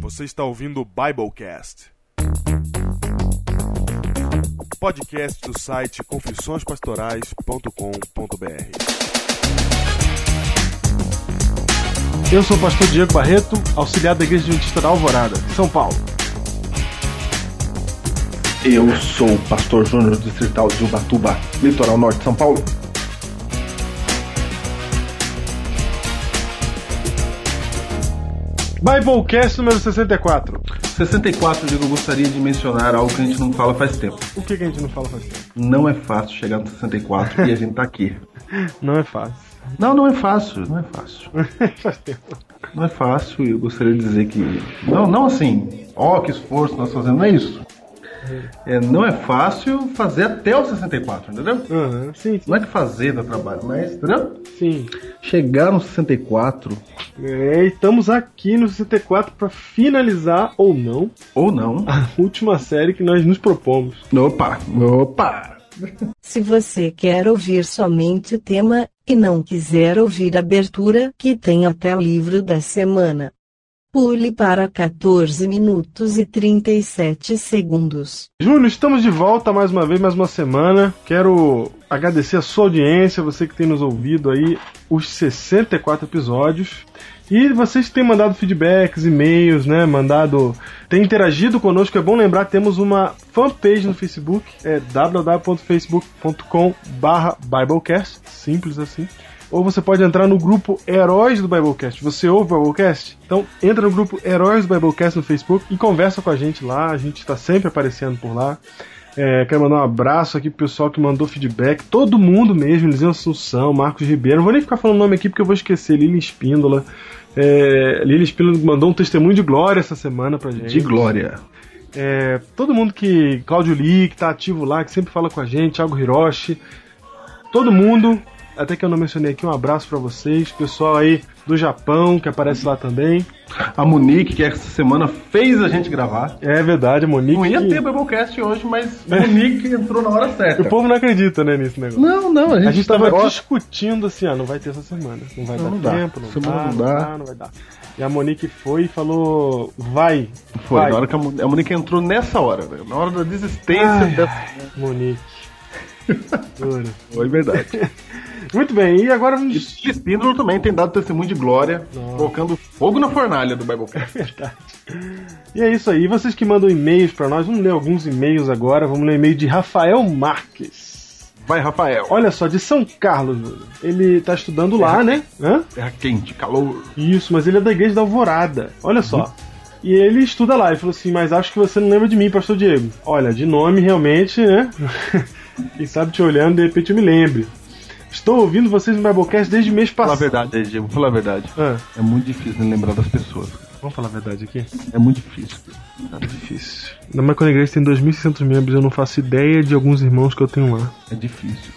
Você está ouvindo o Biblecast. Podcast do site confissõespastorais.com.br. Eu sou o pastor Diego Barreto, auxiliar da Igreja Adventista da Alvorada, São Paulo. Eu sou o pastor Júnior Distrital de Ubatuba, litoral norte de São Paulo. Biblecast número 64. 64, Diego, eu gostaria de mencionar algo que a gente não fala faz tempo. O que, que a gente não fala faz tempo? Não é fácil chegar no 64 e a gente tá aqui. Não é fácil. Não, não é fácil, não é fácil. faz tempo. Não é fácil e eu gostaria de dizer que. Não, não assim, ó, que esforço nós fazendo, não é isso. É, não é fácil fazer até o 64, entendeu? Aham, Sim, sim. Não é que fazer dá trabalho, mas, entendeu? sim. Chegar no 64, É, e estamos aqui no 64 para finalizar ou não ou não. a última série que nós nos propomos. Opa, opa! Se você quer ouvir somente o tema, e não quiser ouvir a abertura, que tem até livro da semana. Pule para 14 minutos e 37 segundos. Júnior, estamos de volta mais uma vez, mais uma semana. Quero agradecer a sua audiência, você que tem nos ouvido aí os 64 episódios. E vocês que têm mandado feedbacks, e-mails, né? Mandado. Tem interagido conosco. É bom lembrar, temos uma fanpage no Facebook, é www.facebook.com.br Biblecast. Simples assim. Ou você pode entrar no grupo Heróis do Biblecast. Você ouve o Biblecast? Então entra no grupo Heróis do Biblecast no Facebook e conversa com a gente lá. A gente está sempre aparecendo por lá. É, quero mandar um abraço aqui pro pessoal que mandou feedback. Todo mundo mesmo, Lizinho Assunção, Marcos Ribeiro. Não vou nem ficar falando nome aqui porque eu vou esquecer. Lili Espíndola. É, Lili Espíndola mandou um testemunho de glória essa semana pra gente. De glória. É, todo mundo que. Cláudio Lee, que tá ativo lá, que sempre fala com a gente, Thiago Hiroshi. Todo mundo. Até que eu não mencionei aqui, um abraço pra vocês. Pessoal aí do Japão, que aparece lá também. A Monique, que essa semana fez a gente gravar. É verdade, Monique. Não ia que- ter Biblecast hoje, mas Monique entrou na hora certa. O povo não acredita, né, nesse negócio. Não, não, A gente tava ó, discutindo assim, ah, não vai ter essa semana. Não vai Não, dar não dá. tempo, não, Semana dá, não não dá. dá, não vai dar. E a Monique foi e falou, vai. Foi, vai. na hora que a Monique, a Monique entrou nessa hora, velho. Na hora da desistência Ai, dessa. ai, Monique. Dura. Foi verdade. Muito bem, e agora E vamos... Chile Spindler também tem dado testemunho de glória, colocando fogo na fornalha do Biblecast. E é isso aí, vocês que mandam e-mails pra nós, vamos ler alguns e-mails agora, vamos ler e-mail de Rafael Marques. Vai, Rafael. Olha só, de São Carlos, Júnior. ele tá estudando lá, né? Hã? Terra quente, calor. Isso, mas ele é da igreja da Alvorada. Olha só. E ele estuda lá e falou assim: Mas acho que você não lembra de mim, Pastor Diego. Olha, de nome realmente, né? Quem sabe te olhando, de repente eu me lembre. Estou ouvindo vocês no Biblecast desde mês Fala a passado. verdade aí, Diego, fala a verdade. Ah, É muito difícil né, lembrar das pessoas. vamos falar a verdade aqui? É muito difícil. É Tá difícil. Ainda mais quando a igreja tem 2.600 membros, eu não faço ideia de alguns irmãos que eu tenho lá. É difícil.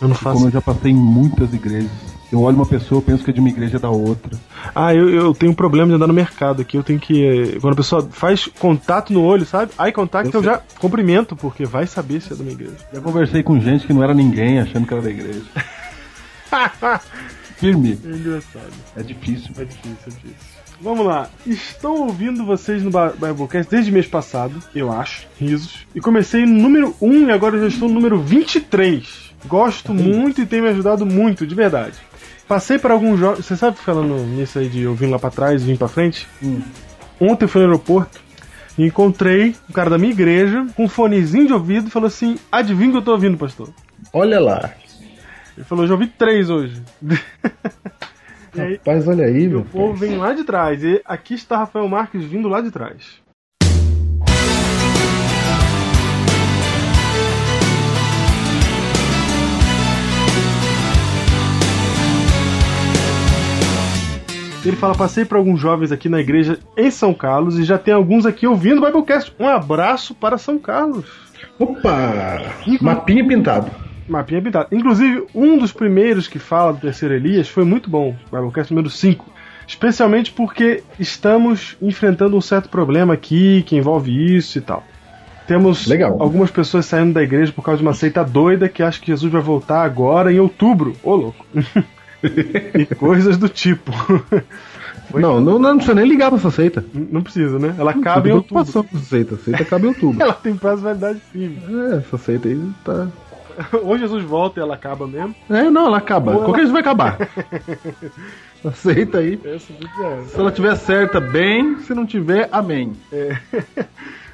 Eu não Como faço. eu já passei em muitas igrejas. Eu olho uma pessoa, eu penso que é de uma igreja da outra. Ah, eu, eu tenho um problema de andar no mercado aqui. Eu tenho que. eh, Quando a pessoa faz contato no olho, sabe? Eye contact, Eu eu, sei. já cumprimento, porque vai saber se é da minha igreja. Já conversei com gente que não era ninguém, achando que era da igreja. Firme. É engraçado. É difícil. É difícil, é difícil. Vamos lá. Estou ouvindo vocês no Ba- Biblecast desde mês passado, eu acho. Risos. E comecei no número 1 e agora eu já estou no número 23. Gosto muito e tem me ajudado muito, de verdade. Passei por alguns jogos. Você sabe falando nisso aí de eu vim lá pra trás e vim pra frente? Ontem eu fui no aeroporto e encontrei um cara da minha igreja com um fonezinho de ouvido e falou assim: Adivinha o que eu tô ouvindo, pastor? Olha lá. Ele falou: Já ouvi três hoje. e aí, Rapaz, olha aí, e o povo vem lá de trás. E aqui está Rafael Marques vindo lá de trás. Ele fala: passei por alguns jovens aqui na igreja em São Carlos e já tem alguns aqui ouvindo o Biblecast. Um abraço para São Carlos. Opa! Ih, Mapinha pintado. Mapinha Pintado. Inclusive, um dos primeiros que fala do terceiro Elias foi muito bom, o Biblecast número 5. Especialmente porque estamos enfrentando um certo problema aqui que envolve isso e tal. Temos Legal. algumas pessoas saindo da igreja por causa de uma seita doida que acha que Jesus vai voltar agora em outubro. Ô, louco. e coisas do tipo. Não, não, não precisa nem ligar pra essa seita. Não precisa, né? Ela cabe em Não tem outubro. preocupação com essa seita. A seita cabe em outubro. Ela tem prazo de validade firme. É, essa seita aí tá. Ou Jesus volta e ela acaba mesmo. É, não, ela acaba. Boa. Qualquer dia vai acabar. Aceita aí. Essa dúvida é essa. Se ela tiver certa, bem. Se não tiver, amém.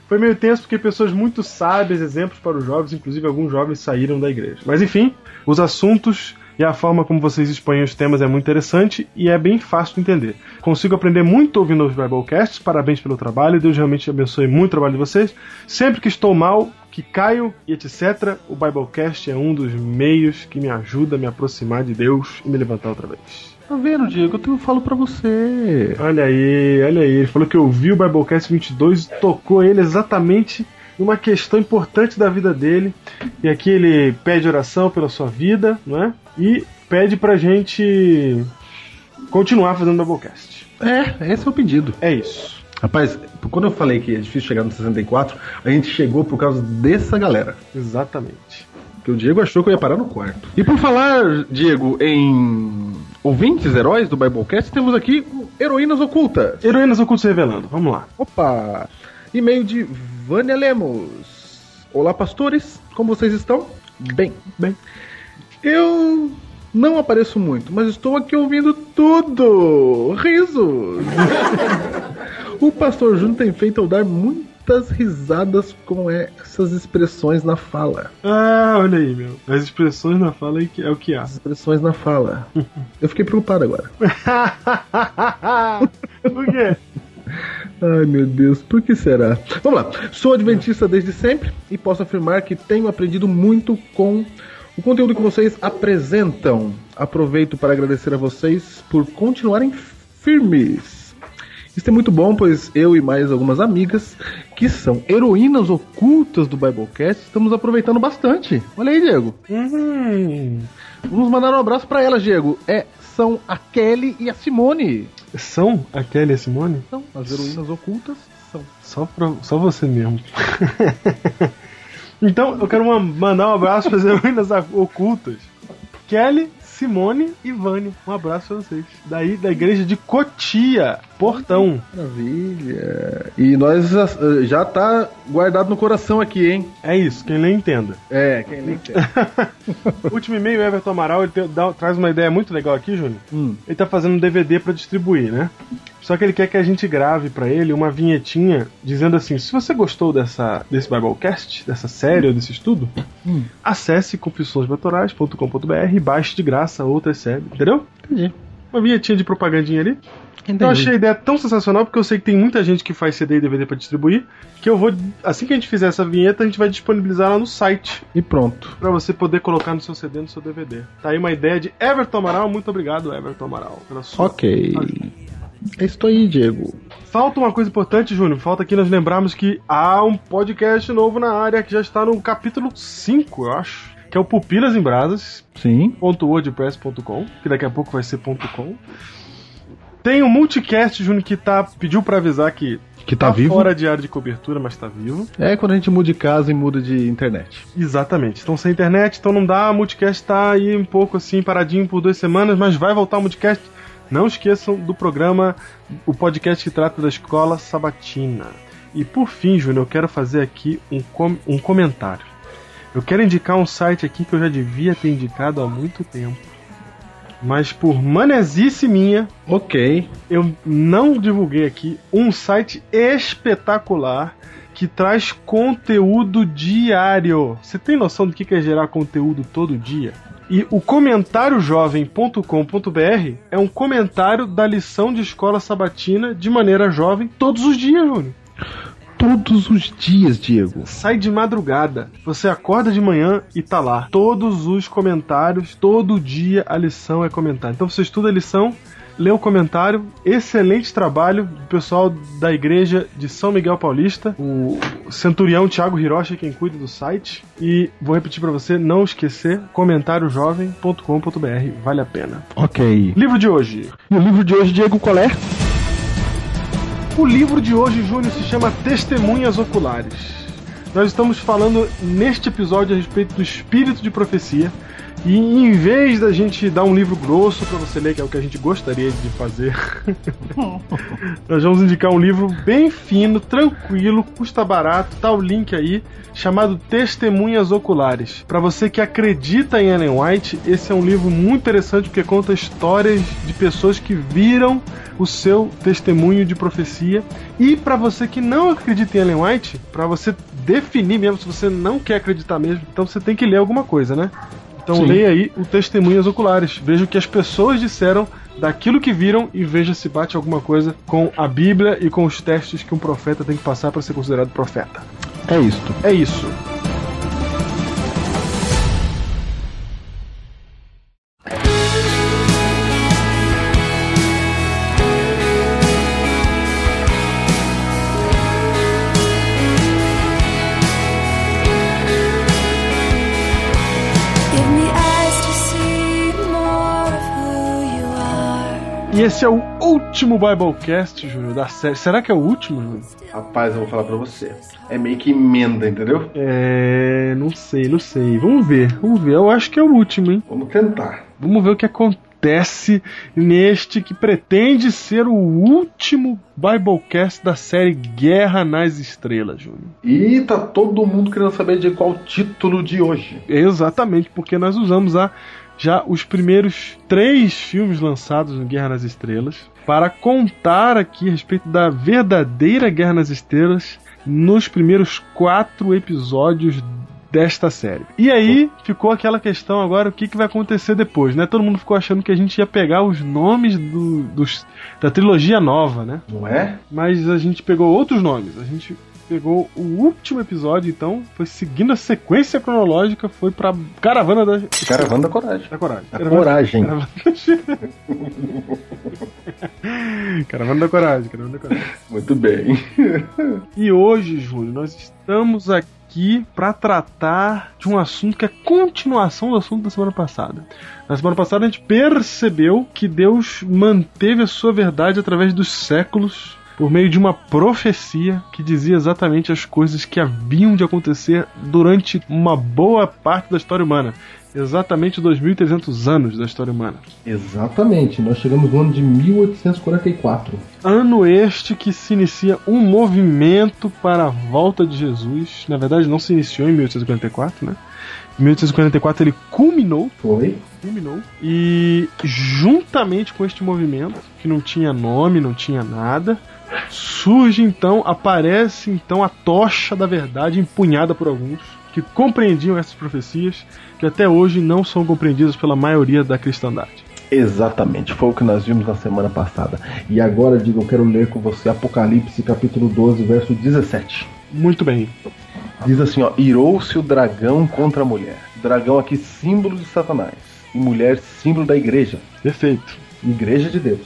Foi meio tenso porque pessoas muito sábias, exemplos para os jovens, inclusive alguns jovens saíram da igreja. Mas enfim, os assuntos e a forma como vocês expõem os temas é muito interessante e é bem fácil de entender. Consigo aprender muito ouvindo os Biblecasts, parabéns pelo trabalho, Deus realmente abençoe muito o trabalho de vocês. Sempre que estou mal, que caio e etc., o Biblecast é um dos meios que me ajuda a me aproximar de Deus e me levantar outra vez. Tá vendo, Diego? Eu tenho- falo pra você. Olha aí, olha aí. Ele falou que ouviu o Biblecast 22 e tocou ele exatamente numa questão importante da vida dele. E aqui ele pede oração pela sua vida, não é? E pede pra gente continuar fazendo Biblecast. É, esse é o pedido. É isso. Rapaz, quando eu falei que é difícil chegar no 64, a gente chegou por causa dessa galera. Exatamente. Que o Diego achou que eu ia parar no quarto. E por falar, Diego, em ouvintes heróis do Biblecast, temos aqui o Heroínas Ocultas. Heroínas Ocultas Revelando, vamos lá. Opa! E-mail de Vânia Lemos. Olá, pastores. Como vocês estão? Bem, bem. Eu não apareço muito, mas estou aqui ouvindo tudo. Risos. o pastor Júnior tem feito eu dar muitas risadas com essas expressões na fala. Ah, olha aí, meu. As expressões na fala é que- é o que há. Expressões na fala. Eu fiquei preocupado agora. Por quê? Ai meu Deus, por que será? Vamos lá. Sou adventista desde sempre e posso afirmar que tenho aprendido muito com o conteúdo que vocês apresentam. Aproveito para agradecer a vocês por continuarem firmes. Isso é muito bom, pois eu e mais algumas amigas, que são heroínas ocultas do Biblecast, estamos aproveitando bastante. Olha aí, Diego. Hum, Vamos mandar um abraço para elas, Diego. É, são a Kelly e a Simone. são a Kelly e a Simone? São as heroínas ocultas. São. Só, pra, só você mesmo. então, eu quero ma- mandar um abraço para as heroínas a- ocultas. Kelly, Simone e Vânia. Um abraço para vocês. Daí, da igreja de Cotia, Portão. Maravilha. E nós eh, já tá guardado no coração aqui, hein? É isso, quem lê entenda. É, quem nem quer. Último e-mail, Everton Amaral, ele te- dá- traz uma ideia muito legal aqui, Júnior. Hum. Ele tá fazendo um DVD pra distribuir, né? Só que ele quer que a gente grave pra ele uma vinhetinha dizendo assim: se você gostou dessa, desse Biblecast, dessa série ou desse estudo, Hum. acesse confissõesbatorais.com.br e baixe de graça outras séries, entendeu? Entendi. Uma vinhetinha de propagandinha ali. Entendi. Eu achei a ideia tão sensacional porque eu sei que tem muita gente que faz CD e DVD pra distribuir, que eu vou assim que a gente fizer essa vinheta, a gente vai disponibilizar lá no site E pronto. Pra você poder colocar no seu CD, no seu DVD. Tá aí uma ideia de Everton Amaral. Muito obrigado, Everton Amaral, pela sua. Ok. É isso aí, Diego. Falta uma coisa importante, Júnior. Falta aqui nós lembrarmos que há um podcast novo na área que já está no capítulo 5, eu acho. Que é o Pupilas em Brasas, Sim. .wordpress.com, que daqui a pouco vai ser ponto .com. Tem um multicast, Júnior, que tá, pediu pra avisar que Que tá vivo. fora de área de cobertura, mas tá vivo. É quando a gente muda de casa e muda de internet. Exatamente. Estão sem internet, então não dá. O Multicast tá aí um pouco assim, paradinho por duas semanas, mas vai voltar o Multicast. Não esqueçam do programa, o podcast que trata da escola sabatina. E por fim, Júnior, eu quero fazer aqui um, com- um comentário. Eu quero indicar um site aqui que eu já devia ter indicado há muito tempo. Mas por manezice minha, Ok. eu não divulguei aqui um site espetacular que traz conteúdo diário. Você tem noção do que que é gerar conteúdo todo dia? E o comentariojovem.com.br é um comentário da lição de escola sabatina de maneira jovem todos os dias, Júnior. Todos os dias, Diego. Sai de madrugada, você acorda de manhã e tá lá. Todos os comentários, todo dia a lição é comentário. Então você estuda a lição, lê o comentário. Excelente trabalho do pessoal da igreja de São Miguel Paulista, o centurião Thiago Hiroshi é quem cuida do site. E vou repetir pra você, não esquecer comentariojovem.com.br, vale a pena. Ok. Livro de hoje. E o livro de hoje, Diego, qual é? O livro de hoje, Júnior, se chama Testemunhas Oculares. Nós estamos falando neste episódio a respeito do espírito de profecia, E em vez da gente dar um livro grosso pra você ler, que é o que a gente gostaria de fazer, nós vamos indicar um livro bem fino, tranquilo, custa barato, tá o link aí, chamado Testemunhas Oculares. Pra você que acredita em Ellen White, esse é um livro muito interessante porque conta histórias de pessoas que viram o seu testemunho de profecia. E pra você que não acredita em Ellen White, pra você definir mesmo se você não quer acreditar mesmo, então você tem que ler alguma coisa, né? Então Sim. leia aí o Testemunhas Oculares. Veja o que as pessoas disseram daquilo que viram e veja se bate alguma coisa com a Bíblia e com os testes que um profeta tem que passar para ser considerado profeta. É isto. É isso. Give me eyes to see more of who you are. E esse é o último Biblecast, Júnior, da série. Será que é o último, Júnior? Rapaz, eu vou falar pra você. É meio que emenda, entendeu? É. Não sei, não sei. Vamos ver, vamos ver. Eu acho que é o último, hein? Vamos tentar. Vamos ver o que acontece neste que pretende ser o último Biblecast da série Guerra nas Estrelas, Júnior. E tá todo mundo querendo saber de qual título de hoje. Exatamente, porque nós usamos a, já os primeiros três filmes lançados no Guerra nas Estrelas para contar aqui a respeito da verdadeira Guerra nas Estrelas nos primeiros quatro episódios desta série. E aí ficou aquela questão agora o que, que vai acontecer depois, né? Todo mundo ficou achando que a gente ia pegar os nomes do- dos, da trilogia nova, né? Não é? Mas a gente pegou outros nomes. A gente pegou o último episódio, então, foi seguindo a sequência cronológica, foi pra Caravana da, Caravana da é Coragem. da Coragem. A coragem. Caravana da... Caravana da Coragem, Caravana da Coragem. Muito bem. E hoje, Júlio, nós estamos aqui pra tratar de um assunto que é continuação do assunto da semana passada. Na semana passada a gente percebeu que Deus manteve a sua verdade através dos séculos por meio de uma profecia que dizia exatamente as coisas que haviam de acontecer durante uma boa parte da história humana. Exatamente 2.300 anos da história humana. Exatamente. Nós chegamos no ano de 1844. Ano este que se inicia um movimento para a volta de Jesus. Na verdade, não se iniciou em 1844, né? Em 1844 ele culminou, Foi. culminou, e juntamente com este movimento, que não tinha nome, não tinha nada, surge então, aparece então a tocha da verdade empunhada por alguns que compreendiam essas profecias, que até hoje não são compreendidas pela maioria da cristandade. Exatamente, foi o que nós vimos na semana passada. E agora, digo, eu quero ler com você Apocalipse, capítulo 12, verso 17. Muito bem, Diz assim, ó: Irou-se o dragão contra a mulher. Dragão aqui símbolo de Satanás, e mulher símbolo da igreja, perfeito. igreja de Deus.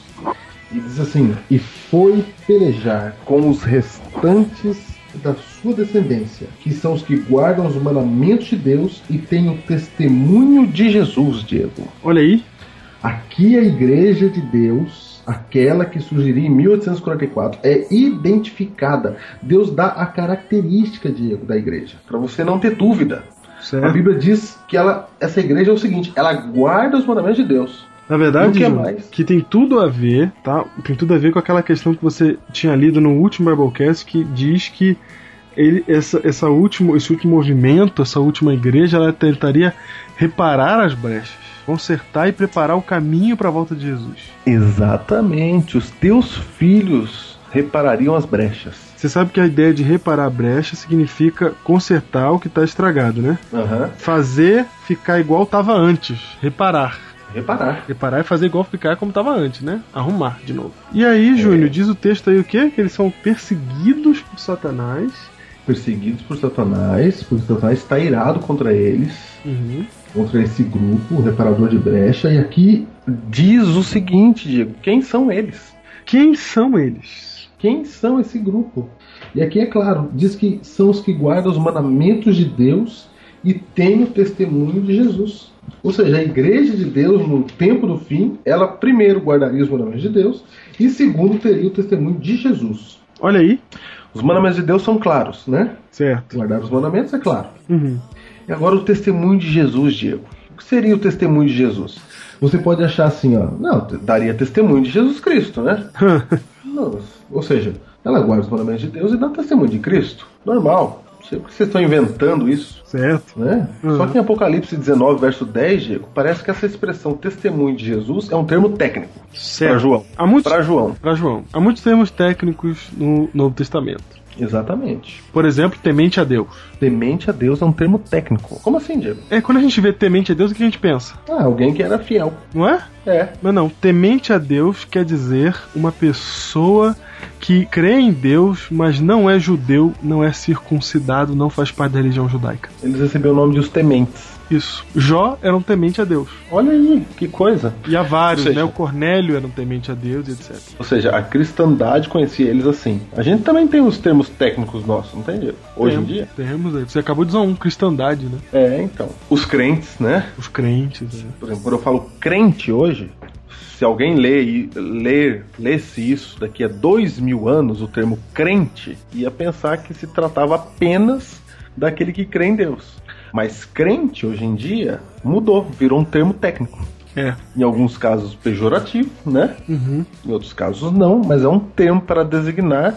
E diz assim: E foi pelejar com os restantes da sua descendência, que são os que guardam os mandamentos de Deus e têm o testemunho de Jesus, Diego. Olha aí, Aqui a Igreja de Deus, aquela que surgiria em 1844, é identificada. Deus dá a característica, Diego, da igreja. Para você não ter dúvida. A certo? Bíblia diz que ela, essa igreja é o seguinte: ela guarda os mandamentos de Deus. Na verdade, O que Ju, mais? que tem tudo a ver, tá? Tem tudo a ver com aquela questão que você tinha lido no último Biblecast que diz que ele, essa, essa último, esse último movimento, essa última igreja, ela tentaria reparar as brechas, consertar e preparar o caminho para a volta de Jesus. Exatamente. Os teus filhos reparariam as brechas. Você sabe que a ideia de reparar a brecha significa consertar o que está estragado, né? Aham. Fazer ficar igual estava antes, reparar. Reparar. Reparar e fazer igual ficar como tava antes, né? Arrumar de novo. É. E aí, Júnior, diz o texto aí o quê? Que eles são perseguidos por Satanás. Perseguidos por Satanás, por Satanás está irado contra eles. Uhum. contra esse grupo, o reparador de brecha, e aqui diz o seguinte, Diego, quem são eles? Quem são eles? Quem são esse grupo? E aqui é claro, diz que são os que guardam os mandamentos de Deus e têm o testemunho de Jesus. Ou seja, a igreja de Deus no tempo do fim, ela primeiro guardaria os mandamentos de Deus e segundo teria o testemunho de Jesus. Olha aí. Os mandamentos de Deus são claros, né? Certo. Guardar os mandamentos é claro. Uhum. E agora o testemunho de Jesus, Diego. O que seria o testemunho de Jesus? Você pode achar assim, ó, não, t- daria testemunho de Jesus Cristo, né? Não, ou seja, ela guarda os mandamentos de Deus e dá testemunho de Cristo. Normal. Não sei por que vocês estão inventando isso. certo? Né? Só que em Apocalipse 19, verso 10, Diego, parece que essa expressão testemunho de Jesus é um termo técnico. Para Certo. João. Há muitos, Para João. pra João. Há muitos termos técnicos no Novo Testamento. Exatamente. Por exemplo, temente a Deus. Temente a Deus é um termo técnico. Como assim, Diego? É quando a gente vê temente a Deus, o que a gente pensa? Ah, alguém que era fiel. Não é? É. Mas não, temente a Deus quer dizer uma pessoa que crê em Deus, mas não é judeu, não é circuncidado, não faz parte da religião judaica. Eles receberam o nome de os tementes. Isso. Jó era um temente a Deus. Olha aí, que coisa. E há vários, Ou seja- né? O Cornélio era um temente a Deus, e etc. Ou seja, a cristandade conhecia eles assim. A gente também tem os termos técnicos nossos, não tem, Diego? Hoje em Temos- dia. Temos, é. você acabou de usar um, cristandade, né? É, então. Os crentes, né? Os crentes, né? Por exemplo, quando eu falo crente hoje, se alguém lê e ler, lesse isso daqui a dois mil anos, o termo crente, ia pensar que se tratava apenas daquele que crê em Deus. Mas crente hoje em dia mudou, virou um termo técnico. É. Em alguns casos pejorativo, né? Uhum. Em outros casos não, mas é um termo para designar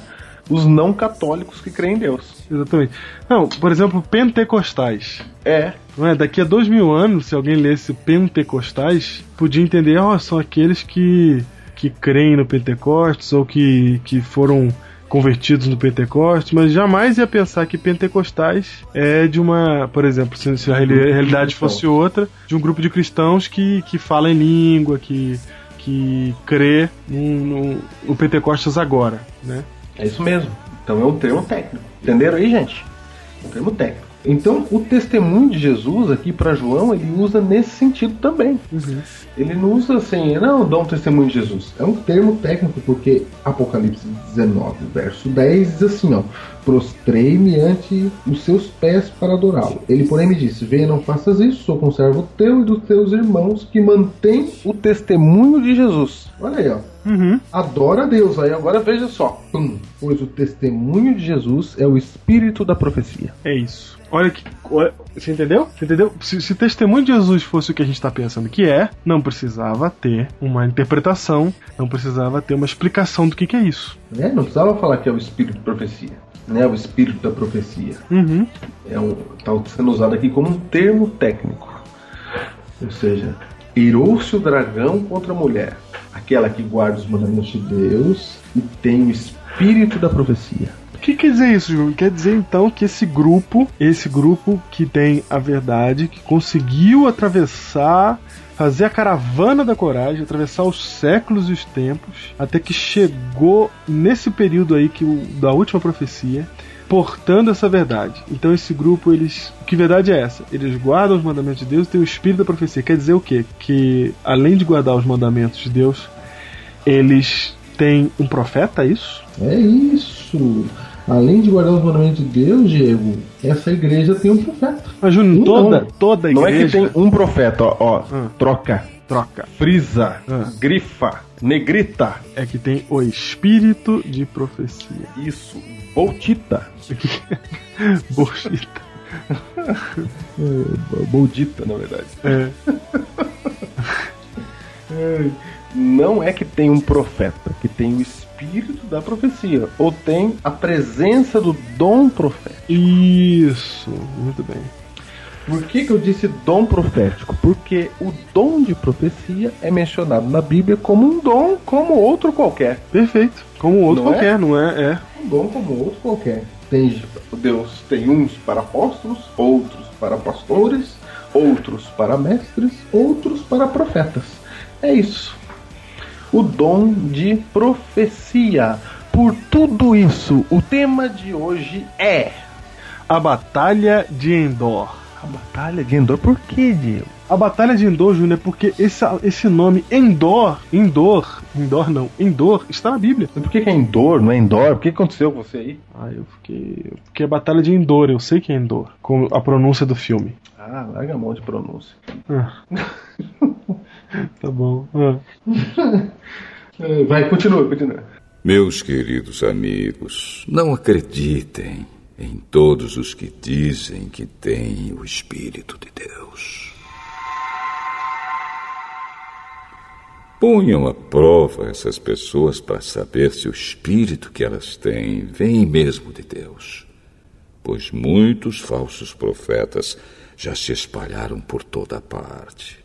os não católicos que creem em Deus. Exatamente. Não, por exemplo, pentecostais. É, Não é? Daqui a dois mil anos, se alguém lesse Pentecostais, podia entender, ó, são aqueles que, que creem no Pentecostes ou que, que foram convertidos no Pentecostes, mas jamais ia pensar que Pentecostais é de uma, por exemplo, se, se a reali- realidade fosse outra, de um grupo de cristãos que, que fala em língua, que, que crê num- num- no Pentecostes agora, né? É isso mesmo. Então é um termo técnico. Entenderam aí, gente? É um termo técnico. Então o testemunho de Jesus aqui para João ele usa nesse sentido também. Ele não usa assim, não, dá um testemunho de Jesus. É um termo técnico porque Apocalipse 19, verso 10 diz assim, ó: Prostrei-me ante os seus pés para adorá-lo. Ele porém me disse: Venha, não faças isso, sou conservo teu e dos teus irmãos que mantém o testemunho de Jesus. Olha aí, ó Uhum. adora a Deus. Aí agora veja só. Pum. Pois o testemunho de Jesus é o espírito da profecia. É isso. Olha que. olha- Você entendeu? Você entendeu? Se, se testemunho de Jesus fosse o que a gente está pensando que é, não precisava ter uma interpretação, não precisava ter uma explicação do que, que é isso. Né? Não precisava falar que é o espírito da profecia. Né? O espírito da profecia. Uhum. É um, tá sendo usado aqui como um termo técnico. Ou seja, irou-se o dragão contra a mulher. Aquela que guarda os mandamentos de Deus e tem o espírito da profecia. O que quer dizer isso, Júlio? Quer dizer então que esse grupo, esse grupo que tem a verdade, que conseguiu atravessar, fazer a caravana da coragem, atravessar os séculos e os tempos, até que chegou nesse período aí que o, da última profecia, portando essa verdade. Então esse grupo, eles. Que verdade é essa? Eles guardam os mandamentos de Deus e têm o espírito da profecia. Quer dizer o quê? Que além de guardar os mandamentos de Deus, eles têm um profeta, é isso? É isso. Além de guardar os mandamentos de Deus, Diego, essa igreja tem um profeta. Mas, Júnior, Não. toda, toda a Não é igreja que tem um profeta, ó, ó, Hum. troca, troca. frisa, Hum. grifa, negrita, É que tem o espírito de profecia. isso, boltita, Bullshit. boldita, na verdade. É. Não é que tem um profeta, que tem o espírito da profecia, ou tem a presença do dom profético. Isso. Muito bem. Por que, que eu disse dom profético? Porque o dom de profecia é mencionado na Bíblia como um dom como outro qualquer. Perfeito. Como outro Não é? qualquer, não é? É. um dom como outro qualquer. Tem, Deus tem uns para apóstolos, outros para pastores, outros para mestres, outros para profetas. É isso. O dom de profecia. Por tudo isso, o tema de hoje é A Batalha de Endor. a Batalha de Endor. Por que, Diego? A Batalha de Endor, Júnior, é porque esse, esse nome Endor, Endor, Endor não, Endor, está na Bíblia. Por que, que é Endor, não é Endor? O que aconteceu com você aí? Ah, eu fiquei. Porque é Batalha de Endor, eu sei que é Endor, com a pronúncia do filme. Ah, larga a mão de pronúncia. Ah. tá bom. Ah. Vai, continua, continua. Meus queridos amigos, não acreditem em todos os que dizem que têm o Espírito de Deus. Ponham à prova essas pessoas para saber se o espírito que elas têm vem mesmo de Deus. Pois muitos falsos profetas já se espalharam por toda parte.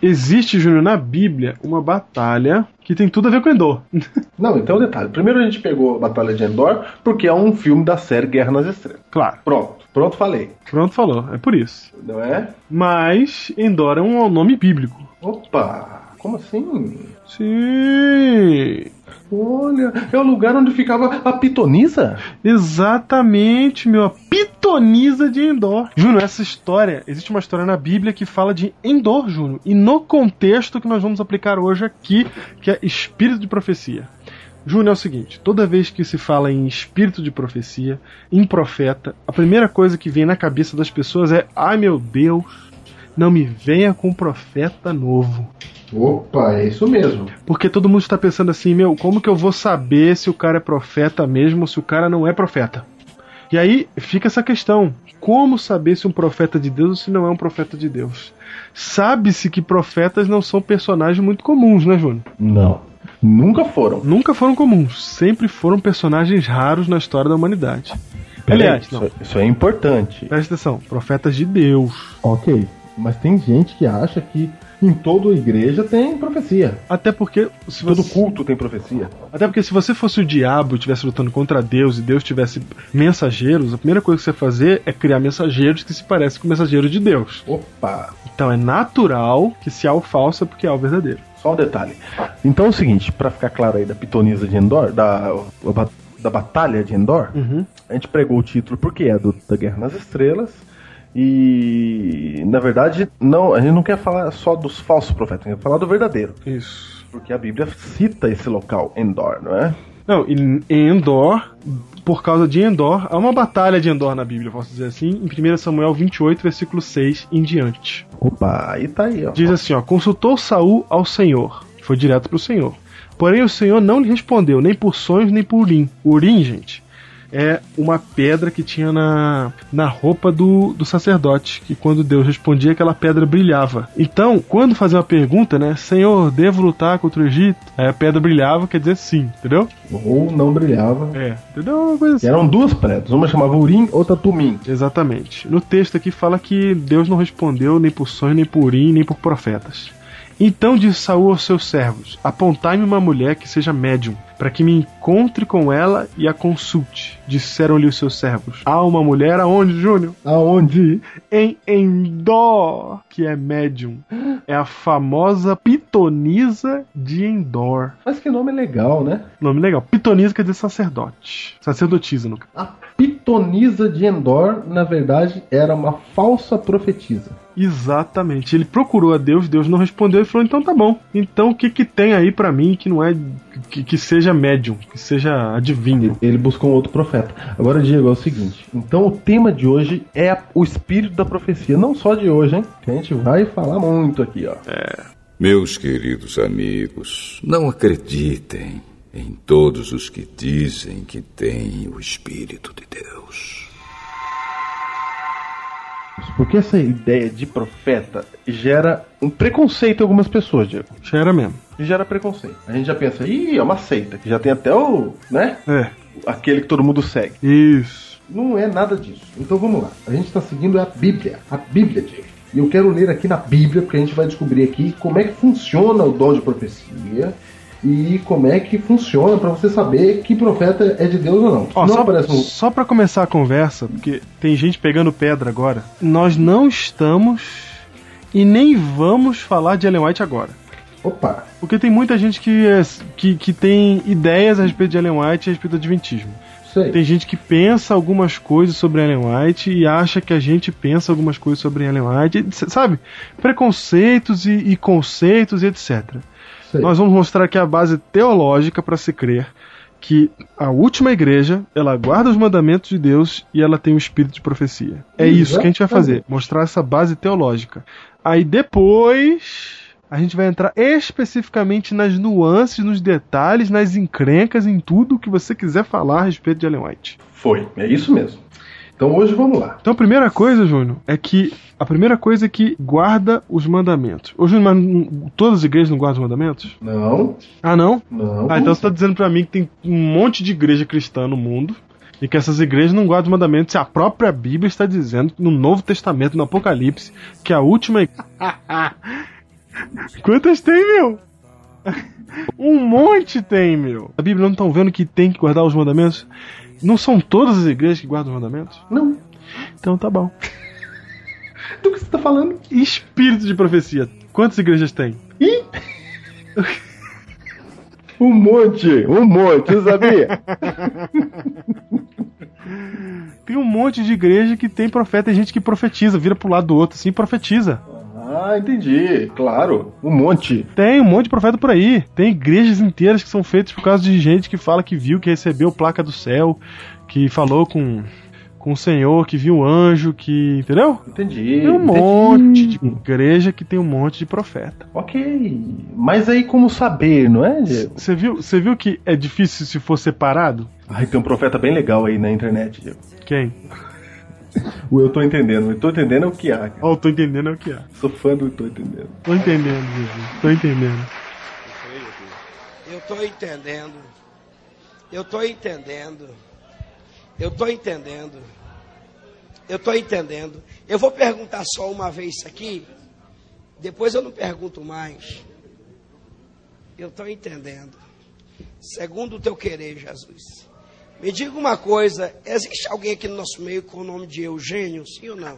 Existe, Júnior, na Bíblia uma batalha que tem tudo a ver com Endor. Não, então detalhe. Primeiro a gente pegou a Batalha de Endor, porque é um filme da série Guerra nas Estrelas. claro. Pronto, pronto, falei. Pronto, falou. É por isso. Não é? Mas Endor é um nome bíblico. Opa! Como assim? Sim. Olha, é o lugar onde ficava a pitonisa? Exatamente, meu. A Pitonisa de Endor. Júnior, essa história. Existe uma história na Bíblia que fala de Endor, Júnior. E no contexto que nós vamos aplicar hoje aqui, que é espírito de profecia. Júnior, é o seguinte: toda vez que se fala em espírito de profecia, em profeta, a primeira coisa que vem na cabeça das pessoas é: ai meu Deus, não me venha com profeta novo. Opa, é isso mesmo. Porque todo mundo está pensando assim, meu, como que eu vou saber se o cara é profeta mesmo ou se o cara não é profeta? E aí fica essa questão: como saber se um profeta de Deus ou se não é um profeta de Deus? Sabe-se que profetas não são personagens muito comuns, né, Júnior? Não. Nunca foram. Nunca foram comuns, sempre foram personagens raros na história da humanidade. Aliás, não, Isso, isso é importante. presta atenção: profetas de Deus. Ok, mas tem gente que acha que em toda igreja tem profecia. Até porque, se Todo você, culto tem profecia. Até porque se você fosse o diabo e estivesse lutando contra Deus e Deus tivesse mensageiros, a primeira coisa que você ia fazer é criar mensageiros que se parecem com o mensageiro de Deus. Opa, Então é natural que se há o falso é porque há o verdadeiro. só um detalhe. Então é o seguinte, pra ficar claro aí da pitonisa de Endor, da, da batalha de Endor, a gente pregou o título porque é do, da Guerra nas Estrelas. E na verdade, não, a gente não quer falar só dos falsos profetas, a gente quer falar do verdadeiro. Isso. Porque a Bíblia cita esse local, Endor, não é? Não, e em Endor, por causa de Endor, há uma batalha de Endor na Bíblia, posso dizer assim, em 1 Samuel 28, versículo 6 em diante. Opa, aí tá aí, ó. Diz assim, ó, consultou Saul ao Senhor. Foi direto pro Senhor. Porém o Senhor não lhe respondeu, nem por sonhos, nem por Urim. Urim, gente, é uma pedra que tinha na, na roupa do, do sacerdote, que quando Deus respondia, aquela pedra brilhava. Então, quando fazia uma pergunta, né, Senhor, devo lutar contra o Egito? Aí a pedra brilhava, quer dizer sim, entendeu? Ou não brilhava. É, entendeu? Uma coisa assim. E eram duas pedras, uma chamava Urim, outra Tumim. Exatamente. No texto aqui fala que Deus não respondeu nem por sonhos, nem por Urim, nem por profetas. Então disse Saul aos seus servos: Apontai-me uma mulher que seja médium, para que me encontre com ela e a consulte. Disseram-lhe os seus servos: Há uma mulher aonde, Júnior? Aonde? Em Endor, que é médium. É a famosa pitonisa de Endor. Mas que nome legal, né? Nome legal. Pitonisa quer dizer sacerdote. Sacerdotisa, no caso. A pitonisa de Endor, na verdade, era uma falsa profetisa. Exatamente. Ele procurou a Deus, Deus não respondeu e falou: então tá bom. Então o que que tem aí pra mim que não é que, que seja médium, que seja Ele- adivinho? Ele buscou um outro profeta. Agora, Diego, é o seguinte. Então, o tema de hoje é a- o espírito da profecia. Não só de hoje, hein? Que a gente vai falar muito aqui, ó. Meus queridos amigos, não acreditem em todos os que dizem que têm o Espírito de Deus. Porque essa ideia de profeta gera um preconceito em algumas pessoas, Diego. Já era mesmo. Gera preconceito. A gente já pensa, ih, é uma seita, que já tem até o, né? É. Aquele que todo mundo segue. Isso. Não é nada disso. Então vamos lá. A gente está seguindo a Bíblia. A Bíblia, Diego. E eu quero ler aqui na Bíblia, porque a gente vai descobrir aqui como é que funciona o dom de profecia e como é que funciona para você saber que profeta é de Deus ou não. Ó, não só, aparece um... só para começar a conversa, porque tem gente pegando pedra agora. Nós não estamos e nem vamos falar de Ellen White agora. Opa! Porque tem muita gente que, é- que, que tem ideias a respeito de Ellen White e a respeito do Adventismo. Sei. Tem gente que pensa algumas coisas sobre Ellen White e acha que a gente pensa algumas coisas sobre Ellen White, etc, sabe? Preconceitos e, e conceitos e etc. sei. Nós vamos mostrar aqui a base teológica para se crer que a última igreja, ela guarda os mandamentos de Deus e ela tem o espírito de profecia. É isso que a gente vai fazer, mostrar essa base teológica. Aí depois a gente vai entrar especificamente nas nuances, nos detalhes, nas encrencas, em tudo que você quiser falar a respeito de Ellen White. Foi. É isso mesmo. Então hoje vamos lá. Então a primeira coisa, Júnior, é que. A primeira coisa é que guarda os mandamentos. Ô, Júnior, mas não- todas as igrejas não guardam os mandamentos? Não, Ah, não? não. Ah, então você tá dizendo pra mim que tem um monte de igreja cristã no mundo e que essas igrejas não guardam os mandamentos. E a própria Bíblia está dizendo no Novo Testamento, no Apocalipse, que a última. ig- Quantas tem, meu? um monte tem, meu. A Bíblia não estão vendo que tem que guardar os mandamentos? Não são todas as igrejas que guardam os mandamentos? Não. Então tá bom. Do que você tá falando? Espírito de profecia. Quantas igrejas tem? Ih! Um monte, um monte, eu sabia? Tem um monte de igreja que tem profeta e gente que profetiza, vira pro lado do outro assim e profetiza. ah, entendi. Claro, um monte. Tem um monte de profeta por aí. Tem igrejas inteiras que são feitas por causa de gente que fala que viu, que recebeu placa do céu, que falou com, com o Senhor, que viu o anjo, que. Entendeu? Entendi. Tem um entendi. monte de igreja que tem um monte de profeta. Ok. Mas aí como saber, não é, Diego? Você viu, você viu que é difícil se for separado? Ai, tem um profeta bem legal aí na internet, Diego. Quem? O Eu Tô Entendendo. Eu Tô Entendendo é o que há. cara. Ó, eu tô entendendo é o que é. Sou fã do Eu Tô Entendendo. Tô entendendo, Jesus. Tô entendendo. Eu tô entendendo. Eu tô entendendo. Eu tô entendendo. Eu tô entendendo. Eu vou perguntar só uma vez isso aqui. Depois eu não pergunto mais. Eu tô entendendo. Segundo o teu querer, Jesus. Me diga uma coisa, existe alguém aqui no nosso meio com o nome de Eugênio, sim ou não?